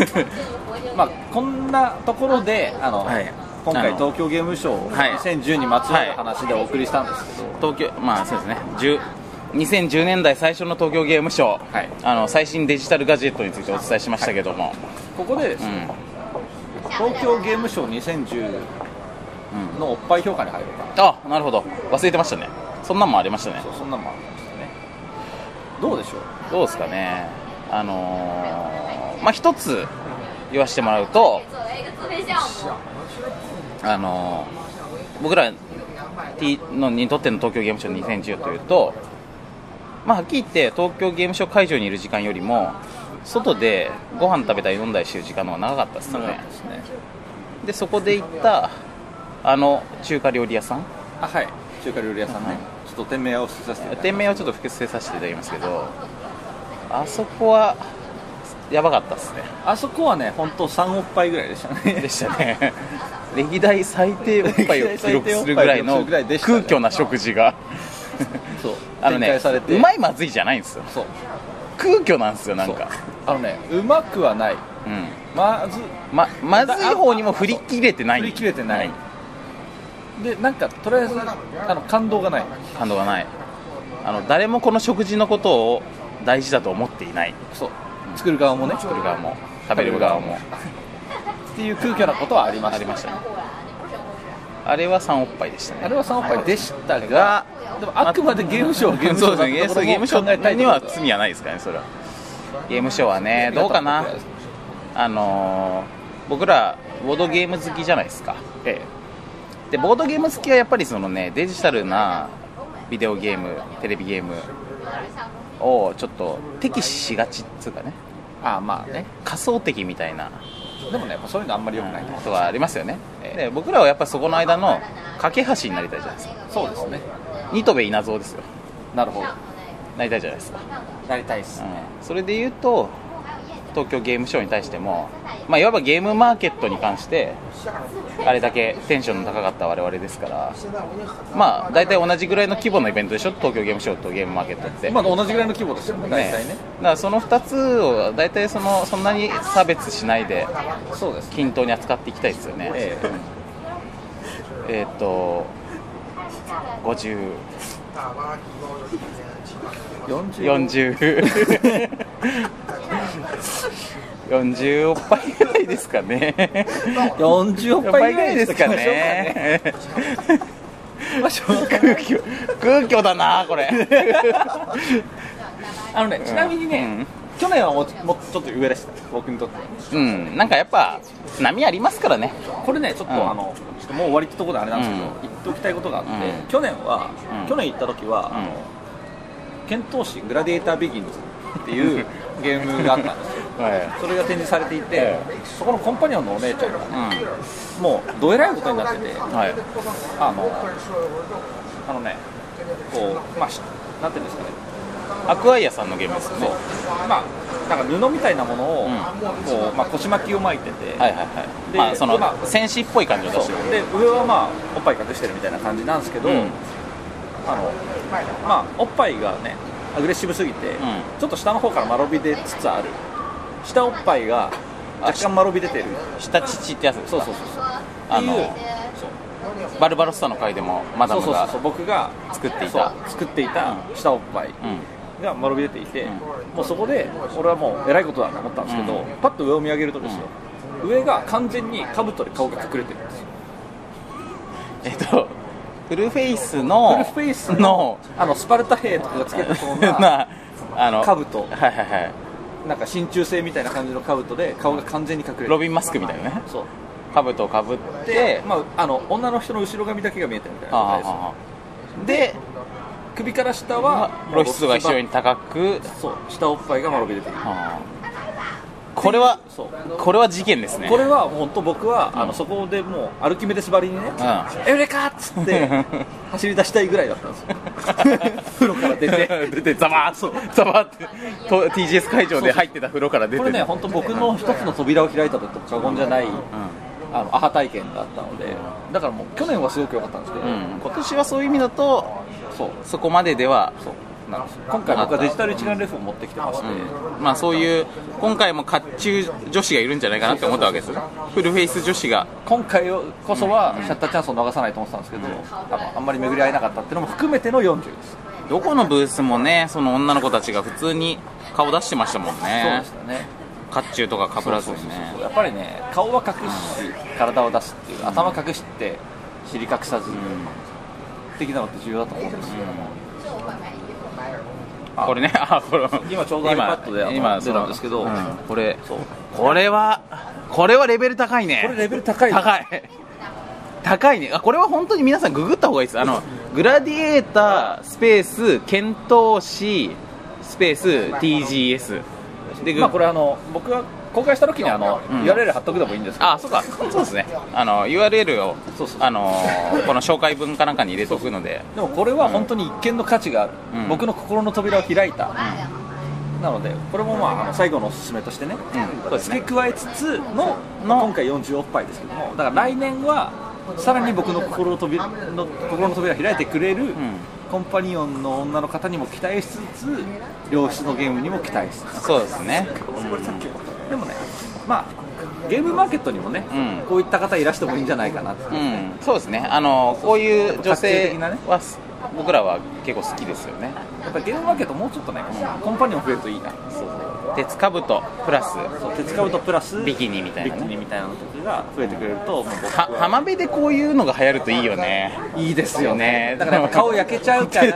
Speaker 3: まあこんなところであの、
Speaker 2: はい
Speaker 3: 今
Speaker 2: あ
Speaker 3: 回
Speaker 2: の
Speaker 3: 東京ゲームショウ
Speaker 2: はい
Speaker 3: 2010にまつわる話でお送りしたんですけど、
Speaker 2: 東京まあそうですね10 2010年代最初の東京ゲームショー、
Speaker 3: はい
Speaker 2: あの最新デジタルガジェットについてお伝えしましたけども、
Speaker 3: ここでですね、東京ゲームショウ2010のおっぱい評価に入るか
Speaker 2: あなるほど忘れてましたねそんなんもありましたね
Speaker 3: そうそんなんもありましたねどうでしょう
Speaker 2: どうですかねあのーまあ一つ言わせてもらうとあのー僕ら T のにとっての東京ゲームショウ2010というと、まあ、はっきり言って東京ゲームショウ会場にいる時間よりも外でご飯食べたり飲んだりしてる時間の方が長かったですよね
Speaker 3: ですね
Speaker 2: でそこで行ったあの中華料理屋さん
Speaker 3: あはい中華料理屋さんね、
Speaker 2: はい
Speaker 3: ちょっと店名を伏せさせていただき
Speaker 2: 店名をちょっと伏せさせていただきますけどあそこはやばかったですね *laughs*
Speaker 3: あそこはね本当3おっぱいぐらいでしたね
Speaker 2: でしたね歴代最低おっぱいを記録するぐらいの
Speaker 3: 歴代最低おっぱいを記録するぐらいでしたね
Speaker 2: 空虚な食事が
Speaker 3: *laughs* そう
Speaker 2: あのね
Speaker 3: 展開されて
Speaker 2: うまいまずいじゃないんですよ
Speaker 3: そう
Speaker 2: 空虚なんですよなんか
Speaker 3: そうあのねうまくはない
Speaker 2: うん
Speaker 3: まず
Speaker 2: ままずい方にも振り切れてない
Speaker 3: 振り切れてない、でなんかとりあえずあの感動がない
Speaker 2: 感動がないあの誰もこの食事のことを大事だと思っていない
Speaker 3: そう作る側もね
Speaker 2: 作る側も食べる側も
Speaker 3: っていう空虚なことはありました
Speaker 2: ありましたねあれは3おっぱいでしたね
Speaker 3: あれは3おっぱいでした
Speaker 2: が
Speaker 3: がでもあくまでゲームショーはゲームショ
Speaker 2: そう
Speaker 3: ー
Speaker 2: ですねゲ
Speaker 3: だったところも
Speaker 2: ームショ
Speaker 3: 考えた
Speaker 2: ー
Speaker 3: い
Speaker 2: に
Speaker 3: と
Speaker 2: は
Speaker 3: ころ
Speaker 2: 罪はないですからねそれはゲームショーはねどうかなあのー僕らボードゲーム好きじゃないですか
Speaker 3: え
Speaker 2: でボードゲーム好きはやっぱりそのねデジタルなビデオゲームテレビゲームをちょっと敵視しがちっつうかね
Speaker 3: えああまあね
Speaker 2: 仮想的みたいな
Speaker 3: でもねやっぱそういうのあんまり良くないと
Speaker 2: ことはありますよね、で僕らはやっぱりそこの間の架け橋になりたいじゃないですか
Speaker 3: そうですね
Speaker 2: 新渡部稲造ですよ
Speaker 3: なるほど
Speaker 2: なりたいじゃないですか、
Speaker 3: なりたいっす
Speaker 2: うん、それで言うと東京ゲームショウに対しても、まあ、いわばゲームマーケットに関してあれだけテンションの高かった我々ですからまあ大体同じぐらいの規模のイベントでしょ東京ゲームショウとゲームマーケットって
Speaker 3: まあ同じぐらいの規模ですよね大体ね
Speaker 2: だからその2つを大体そのそんなに差別しないで
Speaker 3: そうです
Speaker 2: 均等に扱っていきたいですよね
Speaker 3: ええ
Speaker 2: えっ、と50
Speaker 3: 40
Speaker 2: 40 40おっぱいぐらいですかね
Speaker 3: 40おっぱいぐらいですかね
Speaker 2: ね *laughs*
Speaker 3: まあしょうがな
Speaker 2: 空
Speaker 3: い
Speaker 2: 虚空虚だなこれ
Speaker 3: あのねちなみにね、去年はもうもうちょっと上でした僕にとって
Speaker 2: うんなんかやっぱ波ありますからね
Speaker 3: これねちょっと、
Speaker 2: うん
Speaker 3: あのちょっともう終わりってところであれなんですけど、
Speaker 2: うん
Speaker 3: 言っておきたいことがあって、
Speaker 2: うん
Speaker 3: 去年は、
Speaker 2: うん
Speaker 3: 去年行った時は、あの剣闘士グラデータービギンズって
Speaker 2: *laughs*
Speaker 3: いうゲームがあったんですよ
Speaker 2: は
Speaker 3: それが展示されていて、
Speaker 2: え
Speaker 3: そこのコンパニオンのお姉ちゃんが
Speaker 2: い、うん
Speaker 3: もうどえらいことになってて
Speaker 2: はい、
Speaker 3: あのあのねこうまあしなんていうんですかね
Speaker 2: アクアイアさんのゲームですよ
Speaker 3: そ
Speaker 2: ね
Speaker 3: うまあなんか布みたいなものを、
Speaker 2: うん
Speaker 3: こうまあ、腰巻きを巻いてて、
Speaker 2: はいはいはい
Speaker 3: で
Speaker 2: まあその
Speaker 3: まあ
Speaker 2: 戦士っぽい感じを出
Speaker 3: そ
Speaker 2: してる
Speaker 3: うで上はまあおっぱい隠してるみたいな感じなんですけど、
Speaker 2: うん
Speaker 3: あのまあおっぱいがねアグレッシブすぎて、ちょっと下の方から間延び出つつある下おっぱいが若干間延び出てる
Speaker 2: 下乳ってやつです
Speaker 3: そう
Speaker 2: か
Speaker 3: そうそうそう
Speaker 2: あ
Speaker 3: ってい
Speaker 2: の
Speaker 3: うそう
Speaker 2: バルバロスタの回でもマダ
Speaker 3: そう
Speaker 2: ム
Speaker 3: そうそうそ
Speaker 2: が
Speaker 3: う僕が
Speaker 2: 作っていた
Speaker 3: そう作っていた下おっぱい
Speaker 2: うん
Speaker 3: が丸びれていて、
Speaker 2: ん
Speaker 3: もうそこで俺はもう偉いことだと思ったんですけど、
Speaker 2: うん
Speaker 3: パッと上を見上げるとですよ、上が完全に兜で顔が隠れてるんですよ
Speaker 2: えっとフルフェイス
Speaker 3: フ
Speaker 2: の
Speaker 3: ルフェイスのあのスパルタ兵とかがつけたそ
Speaker 2: *laughs* の
Speaker 3: うな
Speaker 2: なあの
Speaker 3: 兜
Speaker 2: はいはいはい
Speaker 3: なんか真鍮製みたいな感じの兜で顔が完全に隠れて
Speaker 2: ロ
Speaker 3: る
Speaker 2: ビンマスクみたいなね
Speaker 3: そう
Speaker 2: 兜をかぶって
Speaker 3: で、まあ、あの女の人の後ろ髪だけが見えてるみたいな
Speaker 2: あ
Speaker 3: 状態
Speaker 2: あ
Speaker 3: ですで首から下
Speaker 2: あ
Speaker 3: は
Speaker 2: あ露出が非常に高く
Speaker 3: そう下おっぱいが丸びれてる
Speaker 2: ああこれは
Speaker 3: そう
Speaker 2: これは事件ですね
Speaker 3: これは本当僕は、あのそこでもうアルキメデスばりにね、エウレカっつ *laughs* って走り出したいぐらいだったんですよ *laughs* 風呂から出て
Speaker 2: *laughs* 出てザバーッザバーってと TGS 会場で入ってた風呂から出て
Speaker 3: これね本当僕の一つの扉を開いたと言っても過言じゃない、あのアハ体験があったのでだからもう去年はすごく良かったんですけど、
Speaker 2: うん
Speaker 3: 今
Speaker 2: 今
Speaker 3: 年
Speaker 2: 年はそういう意味だと
Speaker 3: そう
Speaker 2: そこまででは
Speaker 3: そうなんですよ今回僕はデジタル一眼レフを持ってきてまして、
Speaker 2: うんまあそういう今回も甲冑女子がいるんじゃないかなって思ったわけですフルフェイス女子が
Speaker 3: 今回こそはシャッターチャンスを逃さないと思ってたんですけど、あのあんまり巡り合えなかったっていうのも含めての40です
Speaker 2: どこのブースもねその女の子たちが普通に顔出してましたもん
Speaker 3: そう
Speaker 2: ね
Speaker 3: でしたね
Speaker 2: 甲冑とかかぶらずにね
Speaker 3: やっぱりね顔は隠し体を出すっていう頭隠して尻隠さず的なのって重要だと思うんですけども、あ
Speaker 2: これねあこれ
Speaker 3: 今ちょうど iPad であの
Speaker 2: 今
Speaker 3: 出たんですけど
Speaker 2: そのうんこれ
Speaker 3: そう
Speaker 2: これはこれはレベル高いね
Speaker 3: これレベル高い
Speaker 2: 高い高いねあこれは本当に皆さんググった方がいいですあのグラディエータースペース剣闘士スペース TGS でグ
Speaker 3: まあこれあの僕が公開した時にあの、
Speaker 2: うん
Speaker 3: URL 貼っとくでもいいんですけど
Speaker 2: あそうかそうですねあの URL を
Speaker 3: そうそう
Speaker 2: あのーこの紹介文かなんかに入れておくので
Speaker 3: でもこれは本当に一見の価値がある、
Speaker 2: うん
Speaker 3: 僕の心の扉を開いた、なのでこれもまああの最後のおすすめとしてね,、
Speaker 2: うんそうですね
Speaker 3: 付け加えつつの
Speaker 2: の
Speaker 3: 今回40おっぱいですけどもだから来年はさらに僕の心の扉の心の扉を開いてくれる、
Speaker 2: ん
Speaker 3: コンパニオンの女の方にも期待しつつ良質のゲームにも期待しつつ
Speaker 2: そうですね
Speaker 3: でもねまあゲームマーケットにもね、
Speaker 2: うん
Speaker 3: こういった方いらしてもいいんじゃないかなって
Speaker 2: うんそうですねあのーこういう女
Speaker 3: 革新
Speaker 2: 性
Speaker 3: 的なね
Speaker 2: は僕らは結構好きですよね
Speaker 3: やっぱりゲームマーケットもうちょっとねこのコンパニオン増えるといいな
Speaker 2: 鉄兜プラス
Speaker 3: そう鉄カブトプラス
Speaker 2: ビキニみたいなね
Speaker 3: ビキニみたいなのとかが増えてくれるともう僕
Speaker 2: は浜辺でこういうのが流行るといいよね
Speaker 3: いいですよね
Speaker 2: ね
Speaker 3: だからやっぱ顔焼けちゃ
Speaker 2: *laughs*
Speaker 3: うかな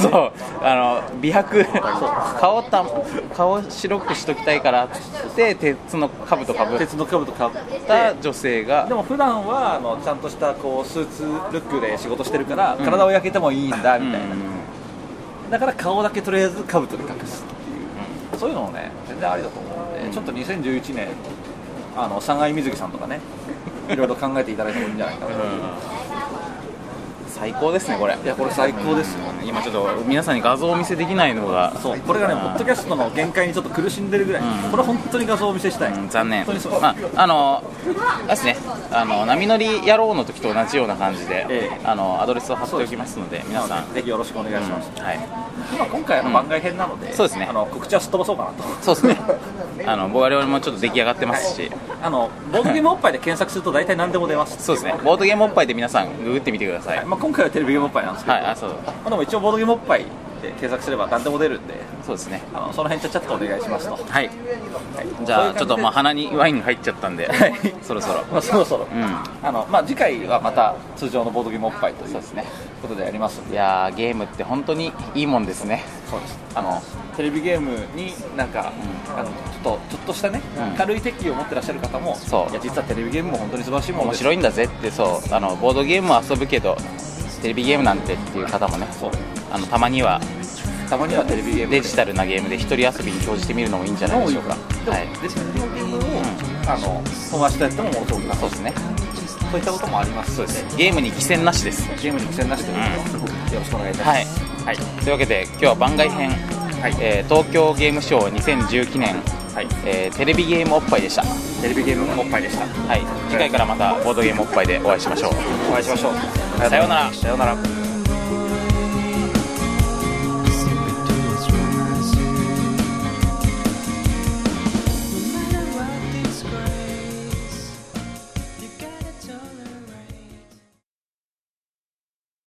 Speaker 2: そうあの美白顔た顔白くしときたいからっつって鉄の兜かぶっ
Speaker 3: 鉄の兜かぶって
Speaker 2: た女性
Speaker 3: で
Speaker 2: が
Speaker 3: も普段はあのちゃんとしたこうスーツルックで仕事してるから体を焼けてもいいんだ
Speaker 2: う
Speaker 3: みたいな、
Speaker 2: ん
Speaker 3: だから顔だけとりあえず兜で隠すっていう、そういうのもね全然ありだと思うんで、ちょっと2011年あの上海水木さんと
Speaker 2: *laughs*
Speaker 3: かねいろいろ考えていただいてもいいんじゃないかな、
Speaker 2: 最高ですねこれ
Speaker 3: いやこれ最高ですよ、
Speaker 2: うん今ちょっと皆さんに画像をお見せできないのが
Speaker 3: そうこれがね、
Speaker 2: うん
Speaker 3: ポッドキャストの限界にちょっと苦しんでるぐらい、
Speaker 2: うん
Speaker 3: これは本当に画像をお見せしたい、
Speaker 2: うん残念
Speaker 3: 本当にそう
Speaker 2: まああのあれですねあの波乗り野郎の時と同じような感じで、
Speaker 3: ええ
Speaker 2: あのアドレスを貼っておきますので皆さん、
Speaker 3: ぜひよろしくお願いします、
Speaker 2: うんはい
Speaker 3: まあ、今回は番外編なので、
Speaker 2: んそうですね
Speaker 3: あの告知はすっ飛ばそうかなと
Speaker 2: そうですねあの我々もちょっと出来上がってますし
Speaker 3: あのボードゲームおっぱいで検索すると大体何でも出ます
Speaker 2: そうですねボードゲームおっぱいで皆さんググってみてください
Speaker 3: まあ、今回はテレビゲームおっぱいなんですけど、
Speaker 2: はいあそう
Speaker 3: まあ、でも一応ボードゲームおっぱいで検索すれば何でも出るんで
Speaker 2: そうですね
Speaker 3: あのその辺ちゃちゃっとお願いしますと
Speaker 2: はいじゃあちょっとまあ鼻にワインが入っちゃったんで、
Speaker 3: はい
Speaker 2: そろそろ
Speaker 3: まあ、そろそろ、
Speaker 2: うん
Speaker 3: あのまあ、次回はまた通常のボードゲームおっぱいという
Speaker 2: そうですね
Speaker 3: ことでやりますん
Speaker 2: い
Speaker 3: で
Speaker 2: やーゲームって本当にいいもんですね
Speaker 3: そうですあのテレビゲームになんか、あのちょっとちょっとしたね、
Speaker 2: うん
Speaker 3: 軽い敵意を持ってらっしゃる方も
Speaker 2: そう
Speaker 3: いや実はテレビゲームも本当に素晴らしいもの
Speaker 2: 面
Speaker 3: です
Speaker 2: 白いんだぜってそうあのボードゲームは遊ぶけどテレビゲームなんてっていう方もね
Speaker 3: そう
Speaker 2: あのたまには
Speaker 3: たまにはテレビゲーム
Speaker 2: デジタルなゲームで一人遊びに興じてみるのもいいんじゃないでしょうか
Speaker 3: でも
Speaker 2: はい
Speaker 3: デジタルゲームを、あの友達とやってもものすごく楽しい
Speaker 2: そうですね
Speaker 3: そういったこともありますそうです
Speaker 2: ゲームに寄せなしです
Speaker 3: ゲームに苦戦なしということで、よろしくお願いいたします、
Speaker 2: はい、はい、というわけで今日は番外編、えー東京ゲームショウ2010記念、えーテレビゲームおっぱいでした、は
Speaker 3: テレビゲームおっぱいでした
Speaker 2: い、次回からまたボードゲームおっぱいでお会いしましょう
Speaker 3: お会いしましょう
Speaker 2: さようなら
Speaker 3: さようなら